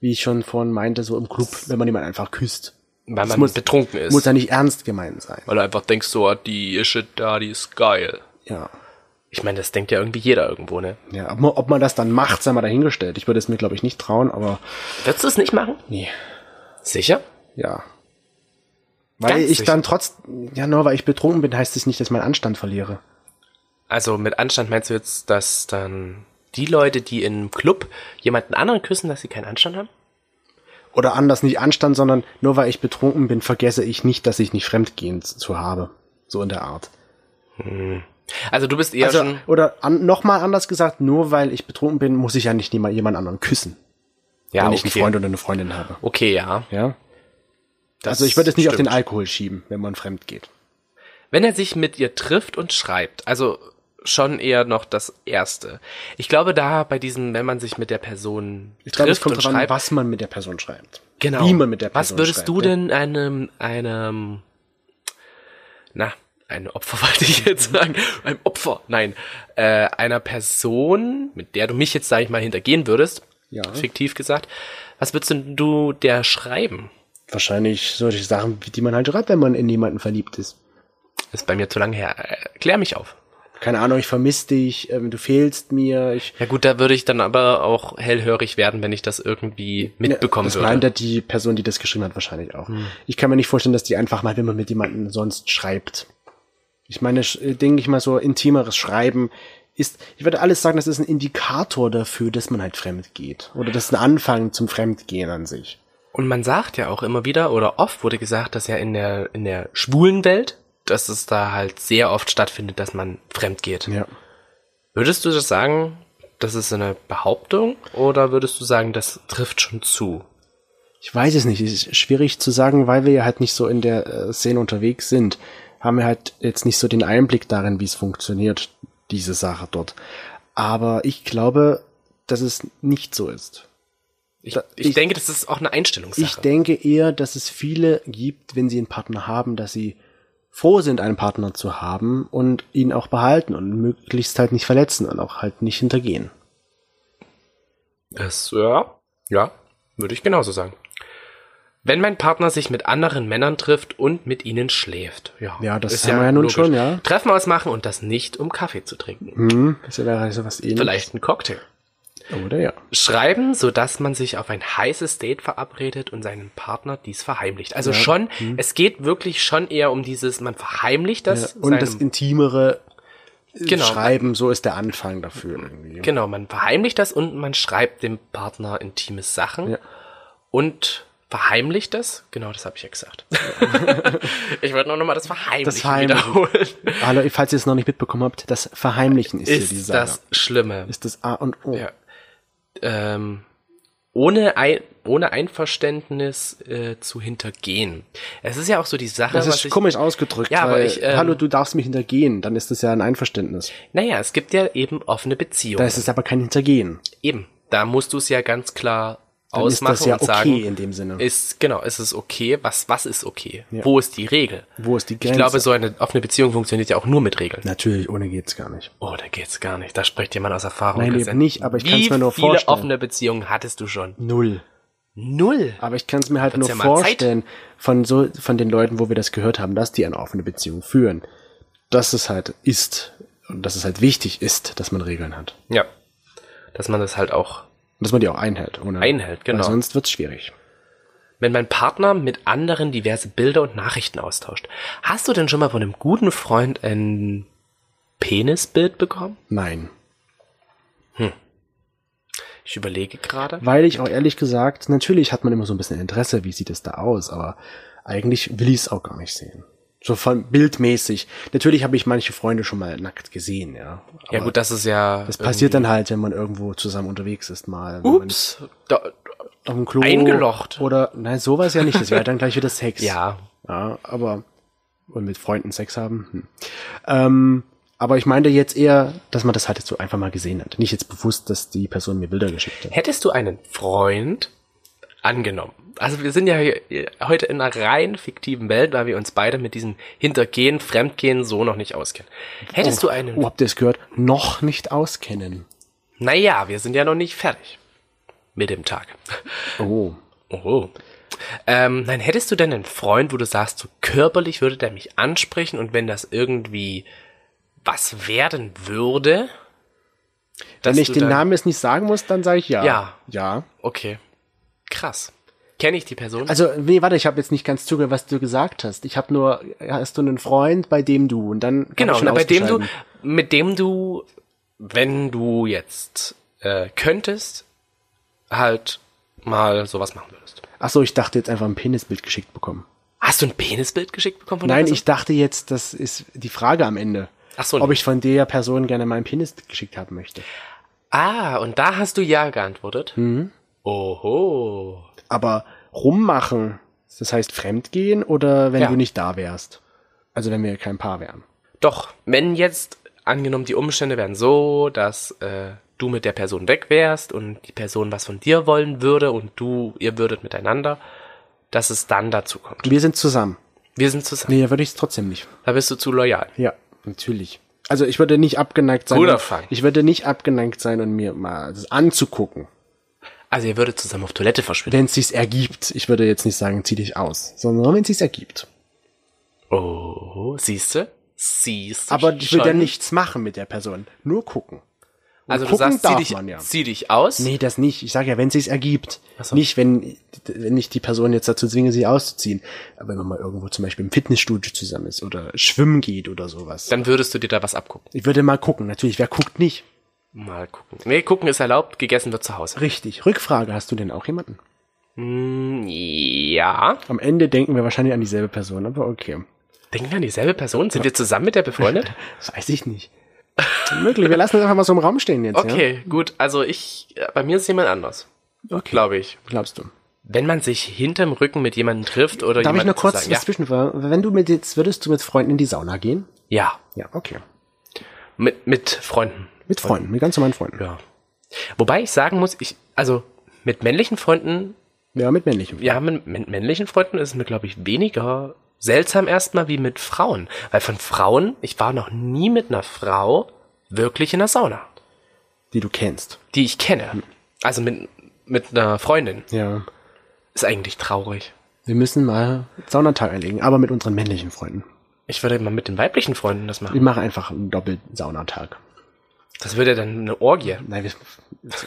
Speaker 4: wie ich schon vorhin meinte, so im Club, wenn man jemanden einfach küsst.
Speaker 3: Weil
Speaker 4: Das
Speaker 3: man betrunken ist.
Speaker 4: Muss ja nicht ernst gemeint sein.
Speaker 3: Weil du einfach denkst so, ah, die Ische da, die ist geil.
Speaker 4: Ja.
Speaker 3: Ich meine, das denkt ja irgendwie jeder irgendwo, ne?
Speaker 4: Ja, ob man, ob man das dann macht, sei mal dahingestellt. Ich würde es mir, glaube ich, nicht trauen, aber
Speaker 3: Würdest du es nicht machen?
Speaker 4: nee.
Speaker 3: Sicher?
Speaker 4: Ja. Weil
Speaker 3: Ganz
Speaker 4: ich
Speaker 3: sicher.
Speaker 4: dann trotz, ja, nur weil ich betrunken bin, heißt es nicht, dass ich meinen Anstand verliere.
Speaker 3: Also mit Anstand meinst du jetzt, dass dann die Leute, die im Club jemanden anderen küssen, dass sie keinen Anstand haben?
Speaker 4: Oder anders, nicht Anstand, sondern nur weil ich betrunken bin, vergesse ich nicht, dass ich nicht fremdgehend zu habe. So in der Art.
Speaker 3: Also du bist eher
Speaker 4: Also,
Speaker 3: schon.
Speaker 4: oder an, nochmal anders gesagt, nur weil ich betrunken bin, muss ich ja nicht niema- jemand anderen küssen,
Speaker 3: Ja,
Speaker 4: wenn
Speaker 3: okay.
Speaker 4: ich einen Freund oder eine Freundin habe.
Speaker 3: okay, ja.
Speaker 4: Ja?
Speaker 3: das
Speaker 4: also ich würde es nicht auf
Speaker 3: stimmt.
Speaker 4: den Alkohol schieben, wenn man fremd geht.
Speaker 3: Wenn er sich mit ihr trifft und schreibt, also schon eher noch das Erste. Ich glaube, da bei diesem, wenn man sich mit der Person
Speaker 4: Ich glaube, es
Speaker 3: trifft
Speaker 4: kommt
Speaker 3: und
Speaker 4: drauf an,
Speaker 3: schreibt,
Speaker 4: was man mit der Person schreibt.
Speaker 3: genau.
Speaker 4: Wie man mit der
Speaker 3: Was
Speaker 4: Person
Speaker 3: würdest
Speaker 4: schreibt, ne?
Speaker 3: du
Speaker 4: ja.
Speaker 3: denn einem, einem, na, ein Opfer wollte ich jetzt
Speaker 4: Mhm.
Speaker 3: sagen, einem Opfer, nein, äh, einer Person, mit der du mich jetzt, sage ich mal, hintergehen würdest,
Speaker 4: Ja.
Speaker 3: fiktiv gesagt, was würdest denn du der schreiben?
Speaker 4: Wahrscheinlich solche Sachen, die man halt schreibt, wenn man in jemanden verliebt ist.
Speaker 3: Ist bei mir zu lang her. Äh, Klär mich auf.
Speaker 4: Keine Ahnung, ich vermisse dich, ähm, du fehlst mir. Ich,
Speaker 3: Ja gut, da würde ich dann aber auch hellhörig werden, wenn ich das irgendwie mitbekommen
Speaker 4: das
Speaker 3: würde. Hm.
Speaker 4: meint ja die Person, die das geschrieben hat, wahrscheinlich auch. Ich kann mir nicht vorstellen, dass die einfach mal, wenn man mit jemandem sonst schreibt. Ich meine, sch- äh, denke ich mal, so intimeres Schreiben ist, ich würde alles sagen, das ist ein Indikator dafür, dass man halt fremd geht. Oder das ist ein Anfang zum Fremdgehen an sich.
Speaker 3: Und man sagt ja auch immer wieder, oder oft wurde gesagt, dass ja in der, in der schwulen Welt dass es da halt sehr oft stattfindet, dass man fremd geht.
Speaker 4: Ja.
Speaker 3: Würdest du das sagen, das ist eine Behauptung oder würdest du sagen, das trifft schon zu?
Speaker 4: Ich weiß es nicht. Es ist schwierig zu sagen, weil wir ja halt nicht so in der äh, Szene unterwegs sind. Haben wir halt jetzt nicht so den Einblick darin, wie es funktioniert, diese Sache dort. Aber ich glaube, dass es nicht so ist.
Speaker 3: Ich,
Speaker 4: Da-
Speaker 3: ich,
Speaker 4: ich-
Speaker 3: denke, das ist auch eine Einstellungssache.
Speaker 4: Ich denke eher, dass es viele gibt, wenn sie einen Partner haben, dass sie froh sind, einen Partner zu haben und ihn auch behalten und möglichst halt nicht verletzen und auch halt nicht hintergehen.
Speaker 3: Das, ja, ja, würde ich genauso sagen. Wenn mein Partner sich mit anderen Männern trifft und mit ihnen schläft. Ja,
Speaker 4: Ja, das haben wir ja nun schon, ja.
Speaker 3: Treffen ausmachen und das nicht, um Kaffee zu trinken.
Speaker 4: Hm, das wäre so was ähnliches.
Speaker 3: Vielleicht ein Cocktail.
Speaker 4: Oder ja.
Speaker 3: Schreiben, sodass man sich auf ein heißes Date verabredet und seinem Partner dies verheimlicht. Also schon,
Speaker 4: Mhm.
Speaker 3: es geht wirklich schon eher um dieses, man verheimlicht das.
Speaker 4: und das
Speaker 3: seinem-
Speaker 4: intimere äh,
Speaker 3: Genau.
Speaker 4: Schreiben, so ist der Anfang dafür irgendwie.
Speaker 3: genau, man verheimlicht das und man schreibt dem Partner intime Sachen.
Speaker 4: Ja.
Speaker 3: und verheimlicht das. Genau, das habe ich ja gesagt. ich wollte nur nochmal das Verheimlichen
Speaker 4: Das Verheimlichen.
Speaker 3: wiederholen.
Speaker 4: Hallo, falls ihr es noch nicht mitbekommen habt, das Verheimlichen ist, hier die
Speaker 3: Ist
Speaker 4: Sache.
Speaker 3: das Schlimme.
Speaker 4: ist das A und O.
Speaker 3: Ja. Ähm, ohne, ein, ohne Einverständnis äh, zu hintergehen. Es ist ja auch so die Sache,
Speaker 4: Das
Speaker 3: was
Speaker 4: ist
Speaker 3: ich,
Speaker 4: komisch ausgedrückt.
Speaker 3: Ja, aber
Speaker 4: weil,
Speaker 3: ich, ähm,
Speaker 4: hallo, du darfst mich hintergehen, dann ist das ja ein Einverständnis.
Speaker 3: naja, es gibt ja eben offene Beziehungen.
Speaker 4: Da ist es aber kein Hintergehen.
Speaker 3: eben, da musst du es ja ganz klar
Speaker 4: Dann ist
Speaker 3: ausmachen
Speaker 4: das ja
Speaker 3: und
Speaker 4: okay
Speaker 3: sagen,
Speaker 4: in dem Sinne.
Speaker 3: Ist, genau, ist es okay? Was, was ist okay?
Speaker 4: Ja.
Speaker 3: Wo ist die Regel?
Speaker 4: Wo ist die
Speaker 3: Ich
Speaker 4: Grenze?
Speaker 3: glaube, so eine offene Beziehung funktioniert ja auch nur mit Regeln.
Speaker 4: Natürlich, ohne geht's gar nicht.
Speaker 3: Oh, da geht's gar nicht. Da spricht jemand aus Erfahrung.
Speaker 4: Nein, eben
Speaker 3: Christian.
Speaker 4: nicht, aber ich
Speaker 3: Wie
Speaker 4: kann's mir nur
Speaker 3: viele
Speaker 4: vorstellen.
Speaker 3: offene Beziehungen hattest du schon?
Speaker 4: Null.
Speaker 3: Null.
Speaker 4: Aber ich kann es mir halt
Speaker 3: Wird's
Speaker 4: nur
Speaker 3: ja mal
Speaker 4: vorstellen von so von den Leuten, wo wir das gehört haben, dass die eine offene Beziehung führen. Dass es halt ist und dass es halt wichtig ist, dass man Regeln hat
Speaker 3: Ja. Dass man das halt auch.
Speaker 4: und dass man die auch einhält. Ohne,
Speaker 3: Einhält, genau.
Speaker 4: Weil sonst wird's schwierig.
Speaker 3: Wenn mein Partner mit anderen diverse Bilder und Nachrichten austauscht. Hast du denn schon mal von einem guten Freund ein Penisbild bekommen?
Speaker 4: Nein,
Speaker 3: Ich überlege gerade.
Speaker 4: weil ich auch ehrlich gesagt, natürlich hat man immer so ein bisschen Interesse, wie sieht es da aus, aber eigentlich will ich's auch gar nicht sehen. So von bildmäßig. Natürlich habe ich manche Freunde schon mal nackt gesehen, ja.
Speaker 3: Ja
Speaker 4: Aber
Speaker 3: gut, das ist ja.
Speaker 4: Das passiert dann halt, wenn man irgendwo zusammen unterwegs ist, mal. wenn man
Speaker 3: Ups. Da,
Speaker 4: auf dem Klo
Speaker 3: Eingelocht.
Speaker 4: Oder, nein, sowas ja nicht. Das wäre dann gleich wieder Sex.
Speaker 3: ja.
Speaker 4: Ja, aber. Und mit Freunden Sex haben. Hm. Ähm, aber ich meinte jetzt eher, dass man das halt jetzt so einfach mal gesehen hat. Nicht jetzt bewusst, dass die Person mir Bilder geschickt hat.
Speaker 3: Hättest du einen Freund angenommen? Also wir sind ja hier- heute in einer rein fiktiven Welt, weil wir uns beide mit diesem Hintergehen, Fremdgehen so noch nicht auskennen. Hättest du einen?
Speaker 4: Oh, habt ihr es gehört? Noch nicht auskennen.
Speaker 3: Naja, wir sind ja noch nicht fertig mit dem Tag.
Speaker 4: Oh.
Speaker 3: Oh. Ähm, nein, hättest du denn einen Freund, wo du sagst, so körperlich würde der mich ansprechen und wenn das irgendwie was werden würde? dass
Speaker 4: Wenn ich
Speaker 3: du
Speaker 4: den
Speaker 3: dann-
Speaker 4: Namen jetzt nicht sagen muss, dann sage ich ja.
Speaker 3: Ja.
Speaker 4: Ja.
Speaker 3: Okay. Krass. Kenne ich die Person?
Speaker 4: Also, nee, warte, ich habe jetzt nicht ganz zugehört, was du gesagt hast. Ich habe nur, hast du einen Freund, bei dem du und dann hab ich
Speaker 3: Genau,
Speaker 4: schon
Speaker 3: na, bei dem du,
Speaker 4: ausgeschalten.
Speaker 3: mit dem du, wenn du jetzt äh, könntest, halt mal sowas machen würdest.
Speaker 4: Ach so, ich dachte jetzt einfach ein Penisbild geschickt bekommen.
Speaker 3: Hast du ein Penisbild geschickt bekommen von der
Speaker 4: Nein,
Speaker 3: Person?
Speaker 4: ich dachte jetzt, das ist die Frage am Ende.
Speaker 3: Ach so,
Speaker 4: ob
Speaker 3: nee.
Speaker 4: ich von der Person gerne meinen Penis geschickt haben möchte.
Speaker 3: Ah, und da hast du ja geantwortet. Mhm. Oho.
Speaker 4: Aber rummachen, das heißt fremdgehen oder wenn
Speaker 3: Ja.
Speaker 4: du nicht da wärst? Also wenn wir kein Paar wären.
Speaker 3: Doch, wenn jetzt angenommen die Umstände wären so, dass äh, du mit der Person weg wärst und die Person was von dir wollen würde und du, ihr würdet miteinander, dass es dann dazu kommt.
Speaker 4: Wir sind zusammen.
Speaker 3: Wir sind zusammen.
Speaker 4: Nee, da würde ich es trotzdem nicht.
Speaker 3: Da bist du zu loyal.
Speaker 4: Ja, natürlich. Also ich würde nicht abgeneigt sein.
Speaker 3: Guter Fang.
Speaker 4: Ich würde nicht abgeneigt sein und mir mal das anzugucken,
Speaker 3: Also ihr würdet zusammen auf Toilette verschwinden.
Speaker 4: wenn es sich ergibt. Ich würde jetzt nicht sagen, zieh dich aus, sondern nur, wenn es sich ergibt.
Speaker 3: Oh, siehst du? Siehst du?
Speaker 4: Aber ich würde ja
Speaker 3: schon?
Speaker 4: nichts machen mit der Person, nur gucken. Und
Speaker 3: Also du sagst, zieh
Speaker 4: darf
Speaker 3: dich,
Speaker 4: man ja.
Speaker 3: zieh dich aus.
Speaker 4: Nee, das nicht. Ich sage ja, wenn es sich ergibt.
Speaker 3: so.
Speaker 4: Nicht, wenn, wenn ich die Person jetzt dazu zwinge, sie auszuziehen. Aber wenn man mal irgendwo zum Beispiel im Fitnessstudio zusammen ist oder schwimmen geht oder sowas.
Speaker 3: Dann würdest du dir da was abgucken.
Speaker 4: ich würde mal gucken. Natürlich, wer guckt nicht?
Speaker 3: Mal gucken. Nee, gucken ist erlaubt, gegessen wird zu Hause.
Speaker 4: Richtig. Rückfrage, hast du denn auch jemanden?
Speaker 3: Hm, Ja.
Speaker 4: Am Ende denken wir wahrscheinlich an dieselbe Person, aber okay.
Speaker 3: Denken wir an dieselbe Person? Sind wir zusammen mit der befreundet?
Speaker 4: Das weiß ich nicht. Möglich, wir lassen das einfach mal so im Raum stehen jetzt.
Speaker 3: Okay, gut. Also ich, bei mir ist jemand anders,
Speaker 4: ja? okay.
Speaker 3: glaube ich.
Speaker 4: Glaubst du?
Speaker 3: Wenn man sich hinterm Rücken mit jemandem trifft oder
Speaker 4: Darf ich
Speaker 3: jemanden
Speaker 4: nur kurz
Speaker 3: zusammen-
Speaker 4: dazwischen? Wenn du mit jetzt, würdest du mit Freunden in die Sauna gehen?
Speaker 3: Ja, ja.
Speaker 4: Ja, okay.
Speaker 3: Mit, mit Freunden.
Speaker 4: Mit Freunden, mit ganz normalen Freunden.
Speaker 3: Ja. Wobei ich sagen muss, ich, also mit männlichen Freunden,
Speaker 4: Ja, mit männlichen.
Speaker 3: ja, mit, mit männlichen Freunden ist es mir, glaube ich, weniger seltsam erstmal wie mit Frauen. Weil von Frauen, ich war noch nie mit einer Frau wirklich in der Sauna,
Speaker 4: Die du kennst.
Speaker 3: die ich kenne. Also mit, mit einer Freundin.
Speaker 4: Ja.
Speaker 3: Ist eigentlich traurig.
Speaker 4: Wir müssen mal Saunatag erlegen, aber mit unseren männlichen Freunden.
Speaker 3: Ich würde mal mit den weiblichen Freunden das
Speaker 4: Wir
Speaker 3: machen.
Speaker 4: machen einfach einen Doppel-Saunatag.
Speaker 3: Das würde dann eine Orgie.
Speaker 4: Nein, wir,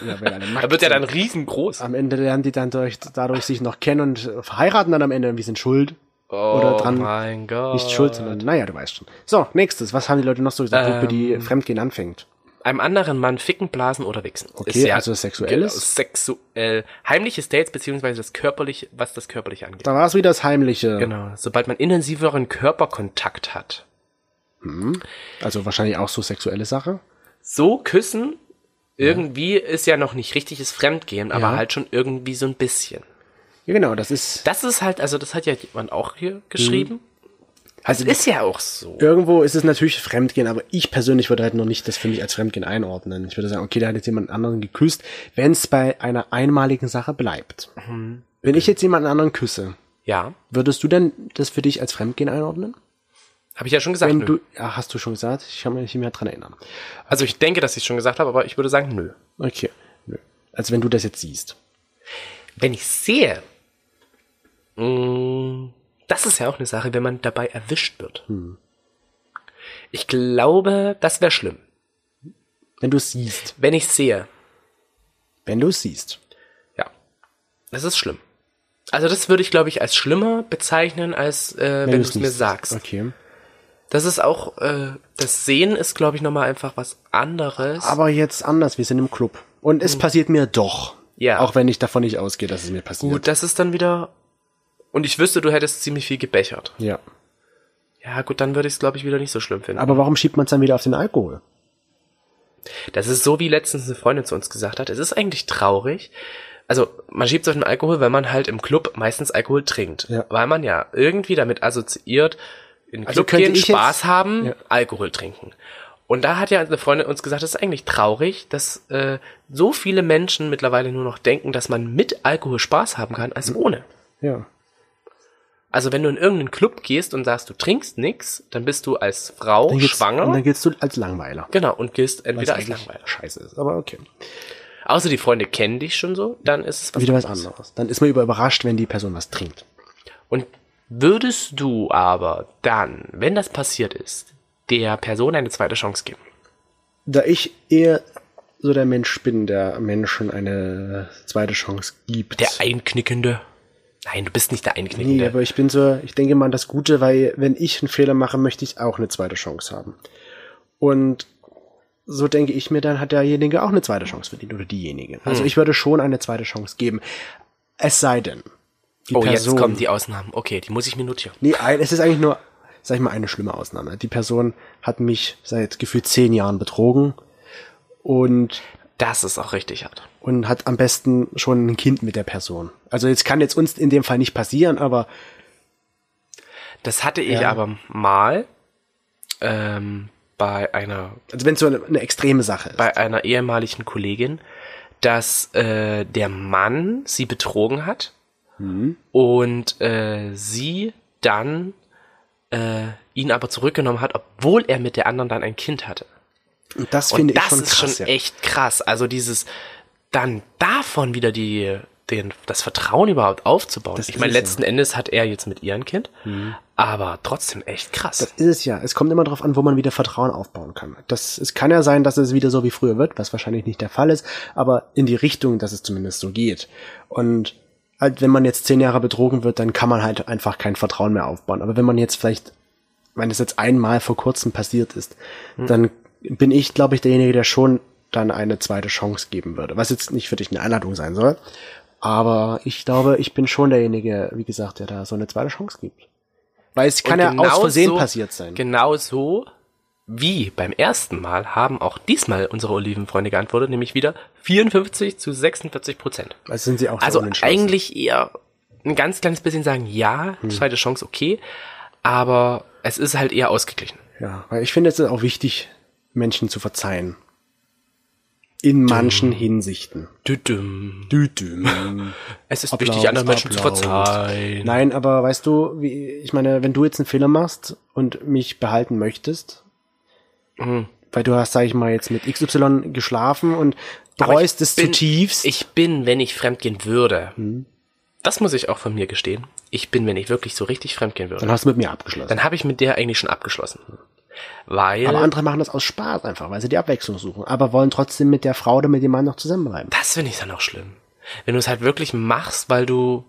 Speaker 4: ja, wir alle
Speaker 3: Da
Speaker 4: nackt
Speaker 3: wird ja
Speaker 4: sind.
Speaker 3: dann riesengroß.
Speaker 4: Am Ende lernen die dann durch, dadurch sich noch kennen und äh, verheiraten dann am Ende irgendwie sind schuld.
Speaker 3: Oh,
Speaker 4: oder dran.
Speaker 3: mein Gott.
Speaker 4: Nicht schuld, sondern naja, du weißt schon. So, nächstes. Was haben die Leute noch so gesagt, über
Speaker 3: Ähm.
Speaker 4: die Fremdgehen anfängt?
Speaker 3: Einem anderen Mann ficken, blasen oder wichsen.
Speaker 4: Okay, also sexuelles?
Speaker 3: Genau, sexuell. Heimliches Dates beziehungsweise das körperliche, was das körperliche angeht.
Speaker 4: Da war es wieder das Heimliche.
Speaker 3: Genau. Sobald man intensiveren Körperkontakt hat.
Speaker 4: Also wahrscheinlich auch so sexuelle Sache.
Speaker 3: So küssen irgendwie ist ja noch nicht richtiges Fremdgehen, aber
Speaker 4: Ja.
Speaker 3: halt schon irgendwie so ein bisschen.
Speaker 4: Ja, genau, das ist.
Speaker 3: Das ist halt, also das hat ja jemand auch hier geschrieben.
Speaker 4: Mhm.
Speaker 3: Also ist ja auch so.
Speaker 4: Irgendwo ist es natürlich Fremdgehen, aber ich persönlich würde halt noch nicht das für mich als Fremdgehen einordnen. Ich würde sagen, okay, da hat jetzt jemand anderen geküsst, wenn es bei einer einmaligen Sache bleibt.
Speaker 3: Mhm.
Speaker 4: Wenn ich jetzt jemanden anderen küsse,
Speaker 3: Ja.
Speaker 4: würdest du denn das für dich als Fremdgehen einordnen?
Speaker 3: Habe ich ja schon gesagt.
Speaker 4: Wenn
Speaker 3: nö.
Speaker 4: du, ah, hast du schon gesagt, ich kann mich nicht mehr dran erinnern.
Speaker 3: also ich denke, dass ich schon gesagt habe, aber ich würde sagen, nö.
Speaker 4: Okay. Nö. Also wenn du das jetzt siehst.
Speaker 3: wenn ich sehe, mh, das ist ja auch eine Sache, wenn man dabei erwischt wird.
Speaker 4: Hm.
Speaker 3: Ich glaube, das wäre schlimm.
Speaker 4: Wenn du es siehst.
Speaker 3: Wenn ich sehe,
Speaker 4: Wenn du es siehst.
Speaker 3: ja, das ist schlimm. Also das würde ich, glaube ich, als schlimmer bezeichnen, als äh, wenn, du
Speaker 4: du's
Speaker 3: es mir
Speaker 4: nicht siehst.
Speaker 3: sagst.
Speaker 4: Okay.
Speaker 3: Das ist auch, äh, das Sehen ist, glaube ich, nochmal einfach was anderes.
Speaker 4: Aber jetzt anders, wir sind im Club. Und es passiert mir doch.
Speaker 3: Mhm. Ja.
Speaker 4: Auch wenn ich davon nicht ausgehe, dass es mir passiert.
Speaker 3: gut, das ist dann wieder... Und ich wüsste, du hättest ziemlich viel gebechert.
Speaker 4: Ja.
Speaker 3: Ja gut, dann würde ich es, glaube ich, wieder nicht so schlimm finden.
Speaker 4: Aber warum schiebt man es dann wieder auf den Alkohol?
Speaker 3: Das ist so, wie letztens eine Freundin zu uns gesagt hat. Es ist eigentlich traurig. Also, man schiebt es auf den Alkohol, weil man halt im Club meistens Alkohol trinkt.
Speaker 4: Ja.
Speaker 3: Weil man ja irgendwie damit assoziiert, in den
Speaker 4: Also
Speaker 3: Club
Speaker 4: könnte
Speaker 3: gehen,
Speaker 4: ich
Speaker 3: Spaß
Speaker 4: jetzt-
Speaker 3: haben,
Speaker 4: Ja.
Speaker 3: Alkohol trinken. Und da hat ja eine Freundin uns gesagt, das ist eigentlich traurig, dass äh, so viele Menschen mittlerweile nur noch denken, dass man mit Alkohol Spaß haben kann,
Speaker 4: Mhm.
Speaker 3: als ohne.
Speaker 4: Ja.
Speaker 3: Also wenn du in irgendeinen Club gehst und sagst, du trinkst nix, dann bist du als Frau
Speaker 4: Dann gilt's-
Speaker 3: Oh, schwanger.
Speaker 4: Und dann giltst du als Langweiler.
Speaker 3: genau, und gehst
Speaker 4: Weil's
Speaker 3: entweder als
Speaker 4: eigentlich
Speaker 3: Langweiler.
Speaker 4: Scheiße ist, aber okay.
Speaker 3: Außer die Freunde kennen dich schon so, dann ist es was
Speaker 4: Wieder was anderes. Dann ist man über- überrascht, wenn die Person was trinkt.
Speaker 3: Und würdest du aber dann, wenn das passiert ist, der Person eine zweite Chance geben?
Speaker 4: Da ich eher so der Mensch bin, der Menschen eine zweite Chance gibt.
Speaker 3: Der Einknickende? Nein, du bist nicht der Einknickende.
Speaker 4: Nee, aber ich bin so, ich denke mal an das Gute, weil wenn ich einen Fehler mache, möchte ich auch eine zweite Chance haben. Und so denke ich mir, dann hat derjenige auch eine zweite Chance verdient oder
Speaker 3: Hm.
Speaker 4: diejenige. Also ich würde schon eine zweite Chance geben. Es sei denn, die
Speaker 3: oh, jetzt kommen die Ausnahmen. Okay, die muss ich mir notieren.
Speaker 4: Nee, ein, es ist eigentlich nur, sag ich mal, eine schlimme Ausnahme. Die Person hat mich seit gefühlt zehn Jahren betrogen und
Speaker 3: Das ist auch richtig hart.
Speaker 4: und hat am besten schon ein Kind mit der Person. Also jetzt kann jetzt uns in dem Fall nicht passieren, aber
Speaker 3: Das hatte ich aber mal ähm, bei einer
Speaker 4: also wenn es so eine, eine extreme Sache ist.
Speaker 3: bei einer ehemaligen Kollegin, dass äh, der Mann sie betrogen hat
Speaker 4: Mhm.
Speaker 3: und äh, sie dann äh, ihn aber zurückgenommen hat, obwohl er mit der anderen dann ein Kind hatte.
Speaker 4: Und das
Speaker 3: Und
Speaker 4: finde
Speaker 3: das
Speaker 4: ich schon
Speaker 3: ist
Speaker 4: krass.
Speaker 3: schon
Speaker 4: ja.
Speaker 3: echt krass. Also dieses dann davon wieder die den, das Vertrauen überhaupt aufzubauen.
Speaker 4: Das
Speaker 3: ich
Speaker 4: ist
Speaker 3: meine,
Speaker 4: es ja. Mhm.
Speaker 3: letzten Endes hat er jetzt mit ihr ein Kind, aber trotzdem echt krass.
Speaker 4: Das ist es ja. Es kommt immer darauf an, wo man wieder Vertrauen aufbauen kann. Das, es kann ja sein, dass es wieder so wie früher wird, was wahrscheinlich nicht der Fall ist, aber in die Richtung, dass es zumindest so geht. Und halt, wenn man jetzt zehn Jahre betrogen wird, dann kann man halt einfach kein Vertrauen mehr aufbauen. Aber wenn man jetzt vielleicht, wenn es jetzt einmal vor kurzem passiert ist,
Speaker 3: Hm.
Speaker 4: dann bin ich, glaube ich, derjenige, der schon dann eine zweite Chance geben würde. Was jetzt nicht für dich eine Einladung sein soll. Aber ich glaube, ich bin schon derjenige, wie gesagt, der da so eine zweite Chance gibt. Weil es kann
Speaker 3: Und
Speaker 4: ja aus
Speaker 3: genau
Speaker 4: Versehen
Speaker 3: so-
Speaker 4: passiert sein.
Speaker 3: Genau so wie beim ersten Mal haben auch diesmal unsere Olivenfreunde geantwortet, nämlich wieder 54 zu 46 Prozent.
Speaker 4: Also sind sie auch sehr
Speaker 3: Also
Speaker 4: unentschlossen.
Speaker 3: eigentlich eher ein ganz kleines bisschen sagen, ja,
Speaker 4: Hm.
Speaker 3: zweite Chance, okay, aber es ist halt eher ausgeglichen.
Speaker 4: Ja, weil ich finde es ist auch wichtig, Menschen zu verzeihen. In manchen Hinsichten.
Speaker 3: Düdüm.
Speaker 4: Düdüm.
Speaker 3: Es ist
Speaker 4: Applaus,
Speaker 3: wichtig, anderen Menschen
Speaker 4: Applaus.
Speaker 3: zu verzeihen.
Speaker 4: Nein, aber weißt du, wie, ich meine, wenn du jetzt einen Fehler machst und mich behalten möchtest, weil du hast, sag ich mal, jetzt mit XY geschlafen und
Speaker 3: Mhm. Aber ich
Speaker 4: bereust es
Speaker 3: bin-
Speaker 4: zutiefst.
Speaker 3: Ich bin, wenn ich fremdgehen würde.
Speaker 4: Hm.
Speaker 3: Das muss ich auch von mir gestehen. Ich bin, wenn ich wirklich so richtig fremdgehen würde.
Speaker 4: dann hast du mit mir abgeschlossen.
Speaker 3: dann habe ich mit der eigentlich schon abgeschlossen. Weil
Speaker 4: Aber andere machen das aus Spaß einfach, weil sie die Abwechslung suchen, aber wollen trotzdem mit der Frau oder mit dem Mann noch zusammenbleiben.
Speaker 3: das finde ich dann auch schlimm. Wenn du es halt wirklich machst, weil du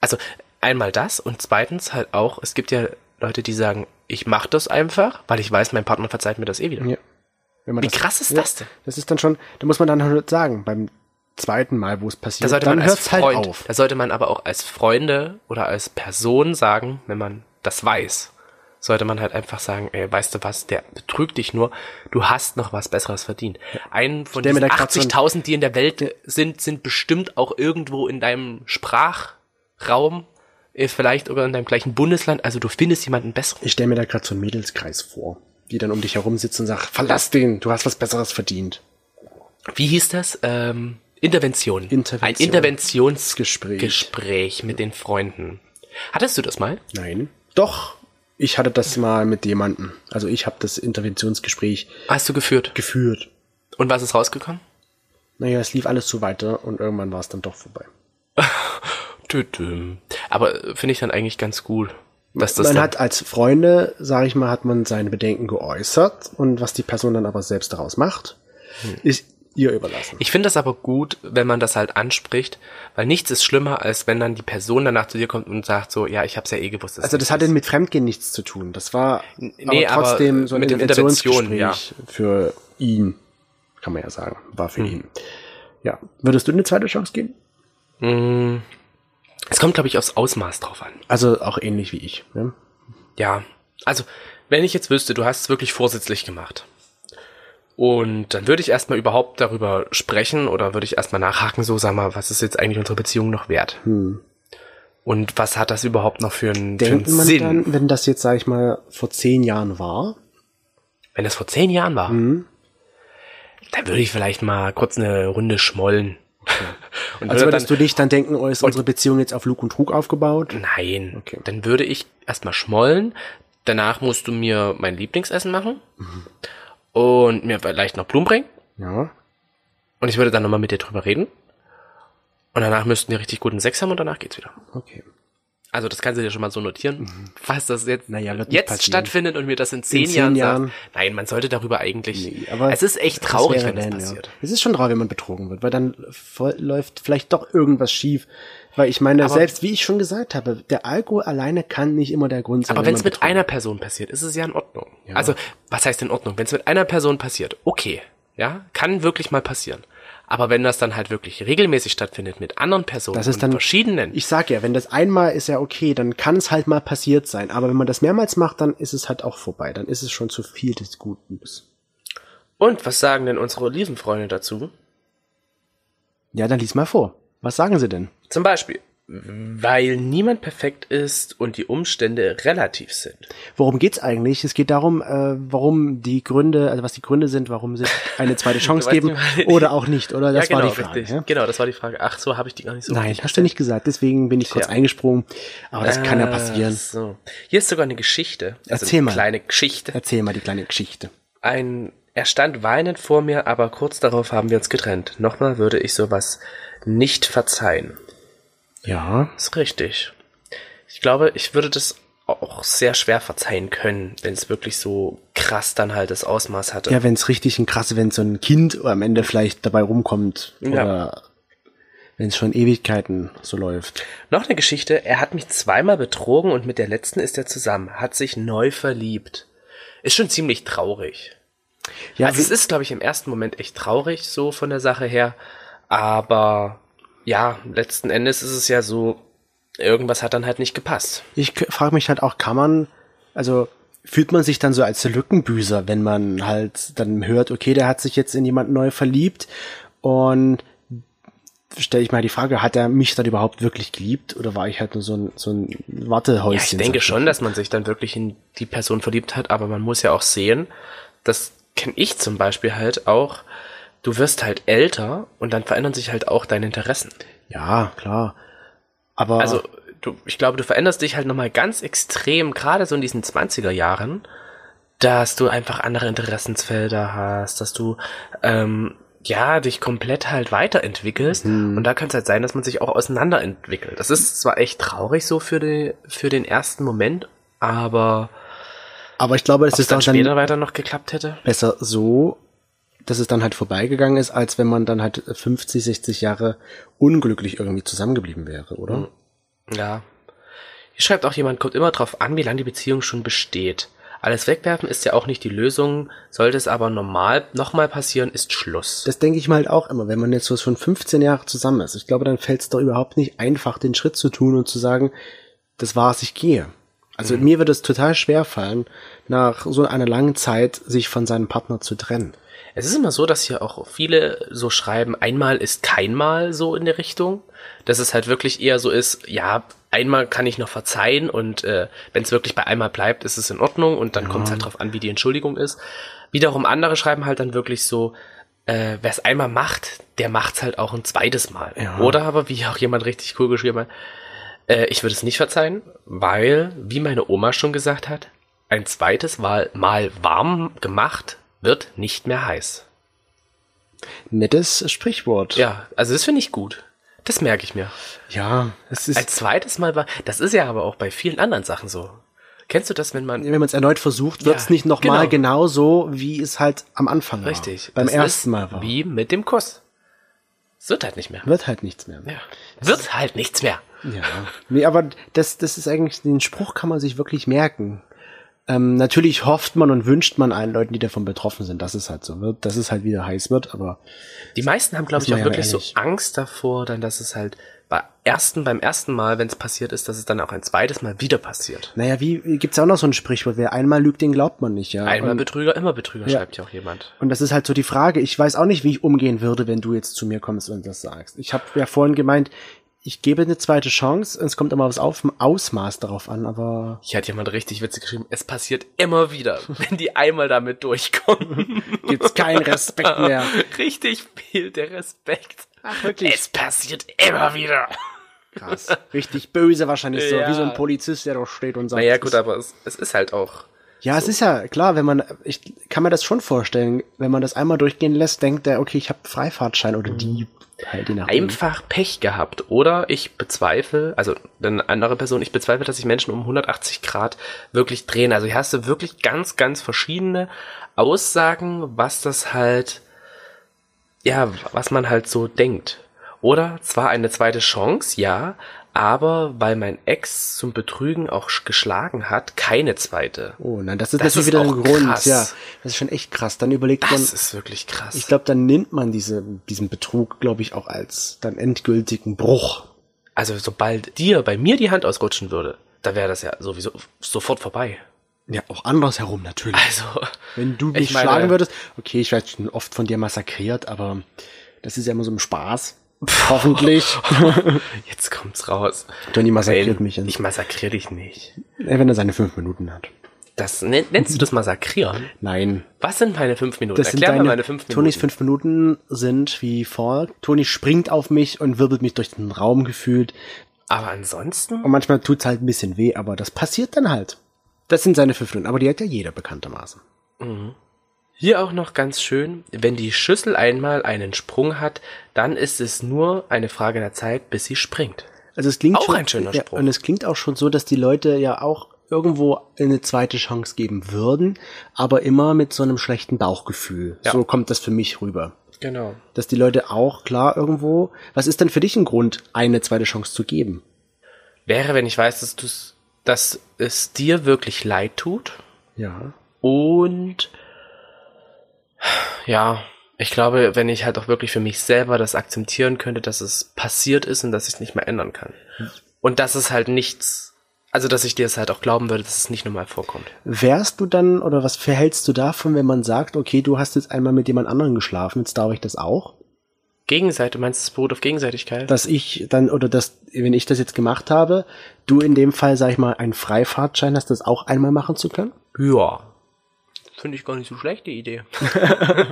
Speaker 3: also einmal das und zweitens halt auch, es gibt ja Leute, die sagen, ich mache das einfach, weil ich weiß, mein Partner verzeiht mir das eh wieder.
Speaker 4: Ja. Wenn man
Speaker 3: Wie krass ist das denn?
Speaker 4: Das ist dann schon, da muss man dann halt sagen, beim zweiten Mal, wo es
Speaker 3: Da
Speaker 4: passiert,
Speaker 3: sollte
Speaker 4: dann
Speaker 3: man als
Speaker 4: hört's halt
Speaker 3: Freund,
Speaker 4: auf.
Speaker 3: da sollte man aber auch als Freunde oder als Person sagen, wenn man das weiß, sollte man halt einfach sagen, ey, weißt du was, der betrügt dich nur, du hast noch was Besseres verdient. Einen von
Speaker 4: Stell mir
Speaker 3: diesen
Speaker 4: da grad so ein-
Speaker 3: 80.000, die in der Welt sind, sind bestimmt auch irgendwo in deinem Sprachraum, eh, vielleicht sogar in deinem gleichen Bundesland, also du findest jemanden besseren.
Speaker 4: Ich stelle mir da gerade so einen Mädelskreis vor, die dann um dich herum sitzen und sagen, verlass den, du hast was Besseres verdient.
Speaker 3: Wie hieß das? Ähm, Intervention.
Speaker 4: Intervention.
Speaker 3: Ein Interventionsgespräch
Speaker 4: Gespräch.
Speaker 3: Gespräch mit den Freunden. Hattest du das mal?
Speaker 4: Nein. Doch, ich hatte das mal mit jemandem. Also ich habe das Interventionsgespräch
Speaker 3: Hast du geführt?
Speaker 4: geführt.
Speaker 3: Und was ist rausgekommen?
Speaker 4: Naja, es lief alles so weiter und irgendwann war es dann doch vorbei.
Speaker 3: Tütüm. Aber äh, finde ich dann eigentlich ganz gut, dass das
Speaker 4: man
Speaker 3: dann,
Speaker 4: hat als Freunde, sage ich mal, hat man seine Bedenken geäußert und was die Person dann aber selbst daraus macht,
Speaker 3: Hm.
Speaker 4: ist ihr überlassen.
Speaker 3: Ich finde das aber gut, wenn man das halt anspricht, weil nichts ist schlimmer, als wenn dann die Person danach zu dir kommt und sagt so, ja, ich hab's ja eh gewusst. dass
Speaker 4: also
Speaker 3: du-
Speaker 4: das hatte mit Fremdgehen nichts zu tun. Das war
Speaker 3: nee,
Speaker 4: aber
Speaker 3: aber
Speaker 4: trotzdem so ein
Speaker 3: mit
Speaker 4: mit
Speaker 3: den
Speaker 4: Interventionsgespräch
Speaker 3: Interventionen, ja. Hm.
Speaker 4: für ihn, kann man ja sagen, war für ihn. Ja, würdest du eine zweite Chance geben?
Speaker 3: Es kommt, glaube ich, aufs Ausmaß drauf an.
Speaker 4: Also auch ähnlich wie ich. Ne?
Speaker 3: Ja. Also, wenn ich jetzt wüsste, du hast es wirklich vorsätzlich gemacht. Und dann würde ich erstmal überhaupt darüber sprechen oder würde ich erstmal nachhaken, so sag mal, was ist jetzt eigentlich unsere Beziehung noch wert? Und was hat das überhaupt noch für einen, für einen
Speaker 4: Hm. Denkt man
Speaker 3: Sinn?
Speaker 4: dann, wenn das jetzt, sage ich mal, vor zehn Jahren war?
Speaker 3: Wenn das vor zehn Jahren war,
Speaker 4: Mhm.
Speaker 3: dann würde ich vielleicht mal kurz eine Runde schmollen. Und
Speaker 4: Also
Speaker 3: würde
Speaker 4: würdest
Speaker 3: dann,
Speaker 4: du nicht dann denken, oh, ist unsere Beziehung jetzt auf Lug und Trug aufgebaut?
Speaker 3: nein,
Speaker 4: Okay.
Speaker 3: dann würde ich erstmal schmollen. Danach musst du mir mein Lieblingsessen machen
Speaker 4: Mhm.
Speaker 3: und mir vielleicht noch Blumen bringen.
Speaker 4: Ja.
Speaker 3: Und ich würde dann nochmal mit dir drüber reden. Und danach müssten wir richtig guten Sex haben und danach geht's wieder.
Speaker 4: Okay.
Speaker 3: Also das kannst du dir schon mal so notieren,
Speaker 4: Mhm.
Speaker 3: falls das jetzt,
Speaker 4: Naja, wird nicht
Speaker 3: jetzt
Speaker 4: passieren.
Speaker 3: stattfindet und mir das in zehn,
Speaker 4: zehn
Speaker 3: Jahren,
Speaker 4: Jahren.
Speaker 3: sagt. Nein, man sollte darüber eigentlich.
Speaker 4: Nee, aber
Speaker 3: es ist echt
Speaker 4: das
Speaker 3: traurig,
Speaker 4: wäre
Speaker 3: wenn das
Speaker 4: dann,
Speaker 3: passiert.
Speaker 4: Ja. Es ist schon traurig, wenn man betrogen wird, weil dann voll, läuft vielleicht doch irgendwas schief. Weil ich meine, selbst wie ich schon gesagt habe, der Alkohol alleine kann nicht immer der Grund sein.
Speaker 3: Aber
Speaker 4: wenn
Speaker 3: wenn es
Speaker 4: man
Speaker 3: mit
Speaker 4: betrogen
Speaker 3: einer Person passiert, ist es ja in Ordnung. Also, was heißt in Ordnung? Wenn es mit einer Person passiert, okay, ja, kann wirklich mal passieren. Aber wenn das dann halt wirklich regelmäßig stattfindet mit anderen Personen,
Speaker 4: Das ist
Speaker 3: und
Speaker 4: dann-
Speaker 3: verschiedenen,
Speaker 4: Ich sag ja, wenn das einmal ist ja okay, dann kann es halt mal passiert sein. Aber wenn man das mehrmals macht, dann ist es halt auch vorbei. Dann ist es schon zu viel des Guten.
Speaker 3: und was sagen denn unsere Olivenfreunde dazu?
Speaker 4: Ja, dann lies mal vor. Was sagen sie denn?
Speaker 3: Zum Beispiel, weil niemand perfekt ist und die Umstände relativ sind.
Speaker 4: Worum geht's eigentlich? Es geht darum, äh, warum die Gründe, also was die Gründe sind, warum sie eine zweite Chance
Speaker 3: weißt
Speaker 4: geben
Speaker 3: nicht, was-
Speaker 4: oder auch nicht, oder? Das
Speaker 3: ja, genau,
Speaker 4: war die Frage.
Speaker 3: richtig.
Speaker 4: Ja?
Speaker 3: Genau, das war die Frage. Ach so, habe ich die gar nicht so.
Speaker 4: Nein, hast du nicht gesagt, deswegen bin ich kurz
Speaker 3: Tja.
Speaker 4: eingesprungen. Aber das kann ja
Speaker 3: Ah,
Speaker 4: passieren.
Speaker 3: So. Hier ist sogar eine Geschichte. also
Speaker 4: Erzähl
Speaker 3: eine
Speaker 4: mal.
Speaker 3: Kleine Geschichte.
Speaker 4: Erzähl mal die kleine Geschichte.
Speaker 3: Ein, er stand weinend vor mir, aber kurz darauf haben wir uns getrennt. Nochmal würde ich sowas nicht verzeihen.
Speaker 4: Ja.
Speaker 3: Ist richtig. Ich glaube, ich würde das auch sehr schwer verzeihen können, wenn es wirklich so krass dann halt das Ausmaß hatte.
Speaker 4: Ja, wenn es richtig ein krass, wenn so ein Kind am Ende vielleicht dabei rumkommt
Speaker 3: Ja.
Speaker 4: oder wenn es schon Ewigkeiten so läuft.
Speaker 3: Noch eine Geschichte. Er hat mich zweimal betrogen und mit der letzten ist er zusammen. Hat sich neu verliebt. Ist schon ziemlich traurig.
Speaker 4: Ja,
Speaker 3: Also es ist, glaube ich, im ersten Moment echt traurig, so von der Sache her. Aber ja, letzten Endes ist es ja so, irgendwas hat dann halt nicht gepasst.
Speaker 4: Ich frage mich halt auch, kann man, also fühlt man sich dann so als Lückenbüßer, wenn man halt dann hört, okay, der hat sich jetzt in jemand neu verliebt und stelle ich mal die Frage, hat er mich dann überhaupt wirklich geliebt oder war ich halt nur so ein, so ein
Speaker 3: Ja, ich
Speaker 4: Wartehäuschen?
Speaker 3: denke
Speaker 4: sozusagen?
Speaker 3: schon, dass man sich dann wirklich in die Person verliebt hat, aber man muss ja auch sehen, das kenne ich zum Beispiel halt auch, du wirst halt älter und dann verändern sich halt auch deine Interessen.
Speaker 4: Ja, klar. Aber
Speaker 3: Also du, ich glaube, du veränderst dich halt nochmal ganz extrem, gerade so in diesen 20er Jahren, dass du einfach andere Interessensfelder hast, dass du ähm, ja dich komplett halt weiterentwickelst
Speaker 4: Mhm.
Speaker 3: und da kann es halt sein, dass man sich auch auseinanderentwickelt. Das ist zwar echt traurig so für, die, für den ersten Moment, aber
Speaker 4: aber ich glaube, das
Speaker 3: ob es
Speaker 4: ist
Speaker 3: dann
Speaker 4: auch
Speaker 3: später
Speaker 4: dann
Speaker 3: weiter noch geklappt hätte.
Speaker 4: besser so, dass es dann halt vorbeigegangen ist, als wenn man dann halt 50, 60 Jahre unglücklich irgendwie zusammengeblieben wäre, oder?
Speaker 3: Mhm. Ja. Hier schreibt auch jemand, kommt immer drauf an, wie lange die Beziehung schon besteht. Alles wegwerfen ist ja auch nicht die Lösung. Sollte es aber normal nochmal passieren, ist Schluss.
Speaker 4: Das denke ich mal halt auch immer, wenn man jetzt so schon 15 Jahre zusammen ist. Ich glaube, dann fällt es doch überhaupt nicht einfach, den Schritt zu tun und zu sagen, das war's, ich gehe. Also
Speaker 3: Mhm.
Speaker 4: mir wird es total schwer fallen, nach so einer langen Zeit sich von seinem Partner zu trennen.
Speaker 3: Es ist immer so, dass hier auch viele so schreiben, einmal ist keinmal so in der Richtung. Dass es halt wirklich eher so ist, ja, einmal kann ich noch verzeihen und äh, wenn es wirklich bei einmal bleibt, ist es in Ordnung und dann kommt es halt drauf an, wie die Entschuldigung ist. Wiederum andere schreiben halt dann wirklich so, äh, wer es einmal macht, der macht es halt auch ein zweites Mal. Oder aber, wie auch jemand richtig cool geschrieben hat, äh, ich würde es nicht verzeihen, weil, wie meine Oma schon gesagt hat, ein zweites Mal, mal warm gemacht wird nicht mehr heiß.
Speaker 4: Nettes Sprichwort.
Speaker 3: Ja, also das finde ich gut. Das merke ich mir.
Speaker 4: ja es ist,
Speaker 3: Ein zweites Mal war, das ist ja aber auch bei vielen anderen Sachen so. Kennst du das, wenn man,
Speaker 4: wenn man es erneut versucht, wird es
Speaker 3: Ja,
Speaker 4: nicht nochmal
Speaker 3: genau.
Speaker 4: genauso, wie es halt am Anfang war.
Speaker 3: richtig,
Speaker 4: Beim
Speaker 3: das
Speaker 4: ersten
Speaker 3: ist
Speaker 4: Mal war.
Speaker 3: wie mit dem Kuss. Es wird halt nicht mehr.
Speaker 4: Wird halt nichts mehr.
Speaker 3: Ja. Wird halt nichts mehr.
Speaker 4: Ja, nee, aber das, das ist eigentlich, den Spruch kann man sich wirklich merken. Ähm, natürlich hofft man und wünscht man allen Leuten, die davon betroffen sind, dass es halt so wird, dass es halt wieder heiß wird, aber
Speaker 3: Die meisten haben, glaube
Speaker 4: Ist
Speaker 3: ich,
Speaker 4: man
Speaker 3: auch
Speaker 4: ja
Speaker 3: wirklich
Speaker 4: ehrlich.
Speaker 3: so Angst davor, dann, dass es halt bei ersten, beim ersten Mal, wenn es passiert ist, dass es dann auch ein zweites Mal wieder passiert.
Speaker 4: naja, wie gibt's ja auch noch so ein Sprichwort, wer einmal lügt, den glaubt man nicht, ja.
Speaker 3: Einmal
Speaker 4: und,
Speaker 3: Betrüger, immer Betrüger,
Speaker 4: Ja.
Speaker 3: schreibt ja auch jemand.
Speaker 4: und das ist halt so die Frage. Ich weiß auch nicht, wie ich umgehen würde, wenn du jetzt zu mir kommst und das sagst. Ich habe ja vorhin gemeint, ich gebe eine zweite Chance, es kommt immer was auf Ausmaß darauf an, aber
Speaker 3: Hier hat jemand richtig witzig geschrieben, es passiert immer wieder, wenn die einmal damit durchkommen.
Speaker 4: gibt's keinen Respekt mehr.
Speaker 3: Richtig fehlt der Respekt.
Speaker 4: Ach, wirklich?
Speaker 3: Es passiert immer wieder.
Speaker 4: Krass. Richtig böse wahrscheinlich so,
Speaker 3: Ja.
Speaker 4: wie so ein Polizist, der da steht und sagt,
Speaker 3: Naja,
Speaker 4: es
Speaker 3: gut,
Speaker 4: ist-
Speaker 3: aber es, es ist halt auch.
Speaker 4: Ja, es ist ja klar, wenn man, ich kann mir das schon vorstellen, wenn man das einmal durchgehen lässt, denkt der, okay, ich habe Freifahrtschein oder die, halt je nachdem.
Speaker 3: einfach Pech gehabt. Oder ich bezweifle, also eine andere Person, ich bezweifle, dass sich Menschen um 180 Grad wirklich drehen. Also hier hast du wirklich ganz, ganz verschiedene Aussagen, was das halt, ja, was man halt so denkt. Oder zwar eine zweite Chance, ja, aber weil mein Ex zum Betrügen auch sch- geschlagen hat, keine zweite.
Speaker 4: Oh nein, das ist
Speaker 3: Das
Speaker 4: natürlich
Speaker 3: ist
Speaker 4: wieder
Speaker 3: auch
Speaker 4: ein Grund,
Speaker 3: krass.
Speaker 4: ja. Das ist schon echt krass. Dann überlegt man,
Speaker 3: Das ist wirklich krass.
Speaker 4: ich glaube, dann nimmt man diese, diesen Betrug, glaube ich, auch als dann endgültigen Bruch.
Speaker 3: also sobald dir bei mir die Hand ausrutschen würde, da wäre das ja sowieso sofort vorbei.
Speaker 4: Ja, auch andersherum natürlich.
Speaker 3: Also,
Speaker 4: wenn du
Speaker 3: ich
Speaker 4: mich
Speaker 3: meine- äh,
Speaker 4: schlagen würdest, okay, ich werde schon oft von dir massakriert, aber das ist ja immer so ein Spaß. Hoffentlich.
Speaker 3: jetzt kommt's raus.
Speaker 4: Tony massakriert mich.
Speaker 3: Ich massakriere dich nicht.
Speaker 4: Ey, wenn er seine fünf Minuten hat.
Speaker 3: Das nen- nennst du das massakrieren?
Speaker 4: Nein,
Speaker 3: Was sind meine fünf Minuten?
Speaker 4: Das sind
Speaker 3: Erklär
Speaker 4: deine,
Speaker 3: mir meine fünf Minuten.
Speaker 4: Tonis fünf Minuten sind wie folgt. Toni springt auf mich und wirbelt mich durch den Raum gefühlt.
Speaker 3: Aber ansonsten?
Speaker 4: Und manchmal tut's halt ein bisschen weh, aber das passiert dann halt. Das sind seine fünf Minuten, aber die hat ja jeder bekanntermaßen.
Speaker 3: Hier auch noch ganz schön, wenn die Schüssel einmal einen Sprung hat, dann ist es nur eine Frage der Zeit, bis sie springt.
Speaker 4: Also es klingt
Speaker 3: Auch
Speaker 4: schon,
Speaker 3: ein schöner Spruch.
Speaker 4: Ja, und es klingt auch schon so, dass die Leute ja auch irgendwo eine zweite Chance geben würden, aber immer mit so einem schlechten Bauchgefühl.
Speaker 3: Ja.
Speaker 4: So kommt das für mich rüber.
Speaker 3: Genau.
Speaker 4: Dass die Leute auch klar irgendwo, was ist denn für dich ein Grund, eine zweite Chance zu geben?
Speaker 3: Wäre, wenn ich weiß, dass, du's, dass es dir wirklich leid tut
Speaker 4: Ja.
Speaker 3: und ja, ich glaube, wenn ich halt auch wirklich für mich selber das akzeptieren könnte, dass es passiert ist und dass ich es nicht mehr ändern kann. Und das ist halt nichts, also dass ich dir es halt auch glauben würde, dass es nicht normal vorkommt.
Speaker 4: Wärst du dann oder was verhältst du davon, wenn man sagt, okay, du hast jetzt einmal mit jemand anderem geschlafen, jetzt darf ich das auch?
Speaker 3: Gegenseite, meinst du, es beruht auf Gegenseitigkeit?
Speaker 4: Dass ich dann oder dass, wenn ich das jetzt gemacht habe, du in dem Fall, sag ich mal, einen Freifahrtschein hast, das auch einmal machen zu können?
Speaker 3: ja. Finde ich gar nicht so schlecht, die Idee.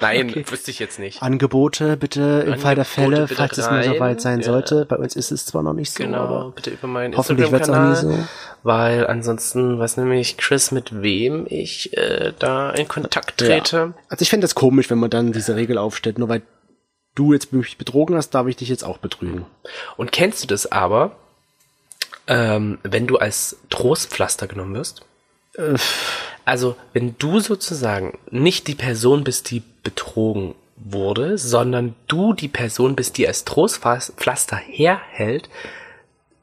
Speaker 3: Nein, wüsste ich jetzt nicht.
Speaker 4: Angebote bitte im Fall der Fälle,
Speaker 3: bitte
Speaker 4: falls es mal
Speaker 3: rein.
Speaker 4: soweit sein
Speaker 3: Ja.
Speaker 4: sollte. Bei uns ist es zwar noch nicht so,
Speaker 3: Genau,
Speaker 4: aber
Speaker 3: bitte über meinen
Speaker 4: hoffentlich wird's auch nie
Speaker 3: Instagram-Kanal,
Speaker 4: so.
Speaker 3: weil ansonsten weiß nämlich Chris, mit wem ich äh, da in Kontakt trete.
Speaker 4: Also ich fände das komisch, wenn man dann diese Regel aufstellt, nur weil du jetzt mich betrogen hast, darf ich dich jetzt auch betrügen.
Speaker 3: Und kennst du das aber, ähm, wenn du als Trostpflaster genommen wirst? Also, wenn du sozusagen nicht die Person bist, die betrogen wurde, sondern du die Person bist, die als Trostpflaster herhält, äh,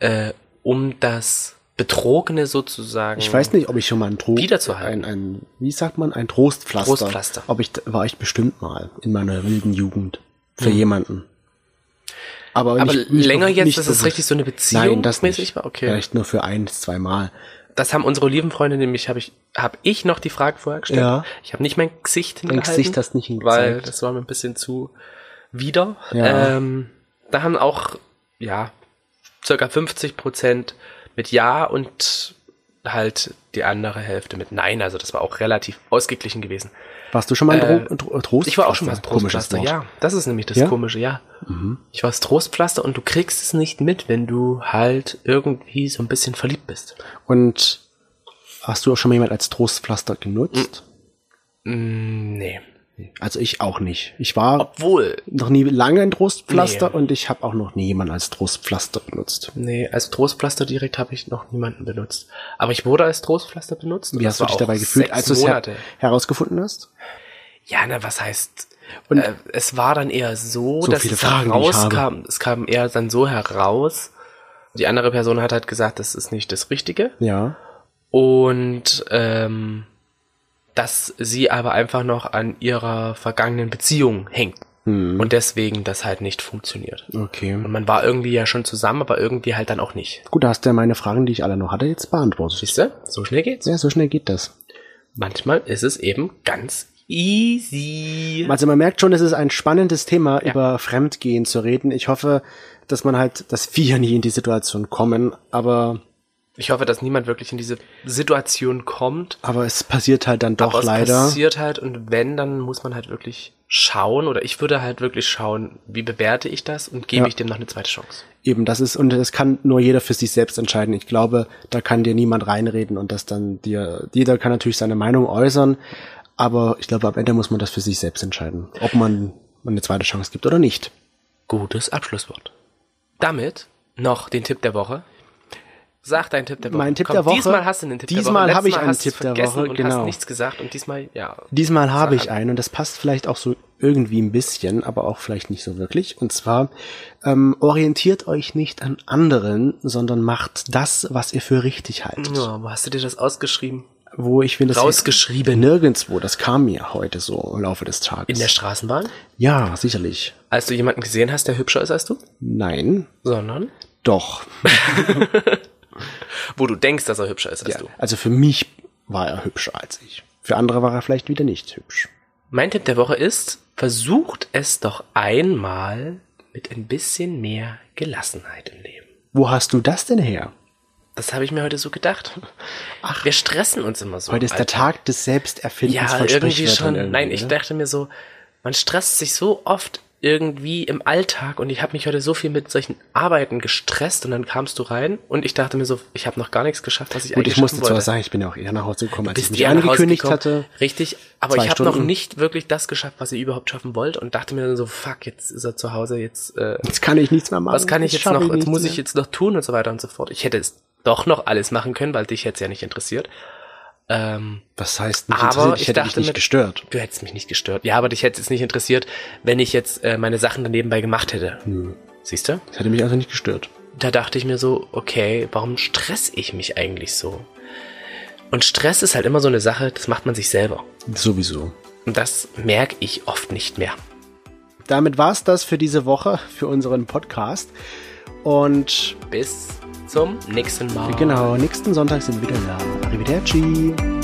Speaker 3: um das Betrogene sozusagen.
Speaker 4: Ich weiß nicht, ob ich schon mal ein Trost,
Speaker 3: Mhm. Wiederzuhalten.
Speaker 4: ein, ein, wie sagt man, ein Trostpflaster.
Speaker 3: Trostpflaster.
Speaker 4: Ob ich, war ich bestimmt mal in meiner wilden Jugend für jemanden. Aber,
Speaker 3: Mhm. Aber
Speaker 4: nicht, nicht
Speaker 3: länger
Speaker 4: nicht
Speaker 3: jetzt, dass es
Speaker 4: bewusst.
Speaker 3: richtig so eine Beziehung
Speaker 4: Nein, das
Speaker 3: mäßig
Speaker 4: nicht.
Speaker 3: war? Okay.
Speaker 4: Vielleicht nur für eins, zweimal.
Speaker 3: Das haben unsere Olivenfreunde nämlich, habe ich, hab ich noch die Frage vorher gestellt.
Speaker 4: Ja.
Speaker 3: Ich habe nicht mein Gesicht hingehalten.
Speaker 4: Gesicht hast nicht hingezeigt.
Speaker 3: Weil das war mir ein bisschen zu wider.
Speaker 4: Ja.
Speaker 3: Ähm, da haben auch, ja, circa 50 Prozent mit Ja und halt die andere Hälfte mit Nein. Also das war auch relativ ausgeglichen gewesen.
Speaker 4: Warst du schon mal ein Tro Tro- Trostpflaster?
Speaker 3: Äh, Ich war auch schon mal das
Speaker 4: Komisches
Speaker 3: Trostpflaster,
Speaker 4: Wort.
Speaker 3: ja. Das ist nämlich das
Speaker 4: Ja? Mhm.
Speaker 3: Komische, ja. Ich war das Trostpflaster und du kriegst es nicht mit, wenn du halt irgendwie so ein bisschen verliebt bist.
Speaker 4: Und hast du auch schon mal jemand als Trostpflaster genutzt?
Speaker 3: Mm. Nee.
Speaker 4: Also ich auch nicht. Ich war
Speaker 3: Obwohl,
Speaker 4: noch nie lange ein Trostpflaster
Speaker 3: Nee.
Speaker 4: und ich habe auch noch nie jemanden als Trostpflaster benutzt.
Speaker 3: Nee, als Trostpflaster direkt habe ich noch niemanden benutzt. Aber ich wurde als Trostpflaster benutzt. und
Speaker 4: Wie
Speaker 3: das
Speaker 4: hast du
Speaker 3: war
Speaker 4: dich
Speaker 3: auch
Speaker 4: dabei gefühlt,
Speaker 3: sechs
Speaker 4: als du es her
Speaker 3: Monate.
Speaker 4: herausgefunden hast?
Speaker 3: Ja, na, was heißt.
Speaker 4: Und-
Speaker 3: äh, es war dann eher so,
Speaker 4: So
Speaker 3: dass
Speaker 4: viele
Speaker 3: es
Speaker 4: Fragen, die ich habe.
Speaker 3: herauskam. Es kam eher dann so heraus. Die andere Person hat halt gesagt, das ist nicht das Richtige.
Speaker 4: Ja.
Speaker 3: Und ähm, dass sie aber einfach noch an ihrer vergangenen Beziehung hängt.
Speaker 4: Hm.
Speaker 3: Und deswegen das halt nicht funktioniert. Und
Speaker 4: Okay.
Speaker 3: man war irgendwie ja schon zusammen, aber irgendwie halt dann auch nicht.
Speaker 4: Gut, da hast du ja meine Fragen, die ich alle noch hatte, jetzt beantwortet.
Speaker 3: Siehst du? So schnell geht's.
Speaker 4: Ja, so schnell geht das.
Speaker 3: manchmal ist es eben ganz easy.
Speaker 4: Also man merkt schon, es ist ein spannendes Thema, über Fremdgehen zu reden. Ich hoffe, dass man halt, dass wir nie in die Situation kommen, aber,
Speaker 3: Ich hoffe, dass niemand wirklich in diese Situation kommt.
Speaker 4: aber es passiert halt dann doch
Speaker 3: Aber es
Speaker 4: leider.
Speaker 3: passiert halt und wenn, dann muss man halt wirklich schauen oder ich würde halt wirklich schauen, wie bewerte ich das und gebe
Speaker 4: Ja.
Speaker 3: ich dem noch eine zweite Chance.
Speaker 4: Eben, das ist, und das kann nur jeder für sich selbst entscheiden. Ich glaube, da kann dir niemand reinreden und das dann dir, jeder kann natürlich seine Meinung äußern, aber ich glaube, am Ende muss man das für sich selbst entscheiden, ob man eine zweite Chance gibt oder nicht.
Speaker 3: Gutes Abschlusswort. Damit noch den Tipp der Woche. Sag deinen Tipp der Woche.
Speaker 4: Mein Tipp
Speaker 3: Komm,
Speaker 4: der Woche-
Speaker 3: Diesmal hast du einen Tipp
Speaker 4: Diesmal
Speaker 3: der Woche.
Speaker 4: habe
Speaker 3: Letztes
Speaker 4: ich
Speaker 3: Mal
Speaker 4: einen
Speaker 3: hast du's
Speaker 4: Tipp der
Speaker 3: vergessen
Speaker 4: Woche,
Speaker 3: und
Speaker 4: genau.
Speaker 3: hast nichts gesagt und diesmal, ja.
Speaker 4: Diesmal habe ich
Speaker 3: Sag an.
Speaker 4: einen und das passt vielleicht auch so irgendwie ein bisschen, aber auch vielleicht nicht so wirklich. Und zwar ähm, orientiert euch nicht an anderen, sondern macht das, was ihr für richtig haltet.
Speaker 3: Ja, wo hast du dir das ausgeschrieben?
Speaker 4: Wo ich finde, das
Speaker 3: Rausgeschrieben.
Speaker 4: nirgendwo. Das kam mir heute so im Laufe des Tages.
Speaker 3: In der Straßenbahn?
Speaker 4: ja, sicherlich.
Speaker 3: Als du jemanden gesehen hast, der hübscher ist als du?
Speaker 4: Nein,
Speaker 3: Sondern?
Speaker 4: doch.
Speaker 3: Wo du denkst, dass er hübscher ist als
Speaker 4: Ja,
Speaker 3: du.
Speaker 4: also für mich war er hübscher als ich. Für andere war er vielleicht wieder nicht hübsch.
Speaker 3: Mein Tipp der Woche ist, versucht es doch einmal mit ein bisschen mehr Gelassenheit im Leben.
Speaker 4: Wo hast du das denn her?
Speaker 3: Das habe ich mir heute so gedacht. Ach, wir stressen uns immer so.
Speaker 4: Heute ist der
Speaker 3: Alter.
Speaker 4: Tag des Selbsterfindens
Speaker 3: Ja,
Speaker 4: von
Speaker 3: irgendwie
Speaker 4: Sprichwörtern
Speaker 3: schon.
Speaker 4: irgendwie,
Speaker 3: Nein, ich
Speaker 4: ne?
Speaker 3: dachte mir so, man stresst sich so oft irgendwie im Alltag und ich habe mich heute so viel mit solchen Arbeiten gestresst und dann kamst du rein und ich dachte mir so, ich habe noch gar nichts geschafft, was ich
Speaker 4: Gut,
Speaker 3: eigentlich
Speaker 4: ich musste
Speaker 3: schaffen wollte.
Speaker 4: zwar sagen, ich bin ja auch eher nach Hause gekommen, als ich
Speaker 3: Bist
Speaker 4: mich
Speaker 3: ihr angekündigt
Speaker 4: angekündigt hatte.
Speaker 3: Richtig, aber
Speaker 4: Zwei
Speaker 3: ich habe noch
Speaker 4: Stunden.
Speaker 3: nicht wirklich das geschafft, was ich überhaupt schaffen wollte und dachte mir dann so, fuck, jetzt ist er zu Hause, jetzt äh,
Speaker 4: Jetzt kann ich nichts mehr machen.
Speaker 3: was kann ich jetzt
Speaker 4: schaffe
Speaker 3: noch, was
Speaker 4: nichts
Speaker 3: muss
Speaker 4: mehr.
Speaker 3: ich jetzt noch tun und so weiter und so fort. Ich hätte es doch noch alles machen können, weil dich hätte es ja nicht interessiert. Ähm,
Speaker 4: Was heißt nicht
Speaker 3: Aber
Speaker 4: interessiert?
Speaker 3: ich
Speaker 4: Ich hätte dich
Speaker 3: dachte
Speaker 4: nicht
Speaker 3: mit-
Speaker 4: gestört.
Speaker 3: du hättest mich nicht gestört. Ja, aber dich hätte es nicht interessiert, wenn ich jetzt äh, meine Sachen dann nebenbei gemacht hätte. Siehst du?
Speaker 4: Das hätte mich also nicht gestört.
Speaker 3: da dachte ich mir so, okay, warum stress ich mich eigentlich so? Und Stress ist halt immer so eine Sache, das macht man sich selber.
Speaker 4: Sowieso.
Speaker 3: Und das merke ich oft nicht mehr.
Speaker 4: Damit war's das für diese Woche, für unseren Podcast. Und
Speaker 3: Bis zum nächsten Mal.
Speaker 4: genau, nächsten Sonntag sind wir wieder da. Arrivederci.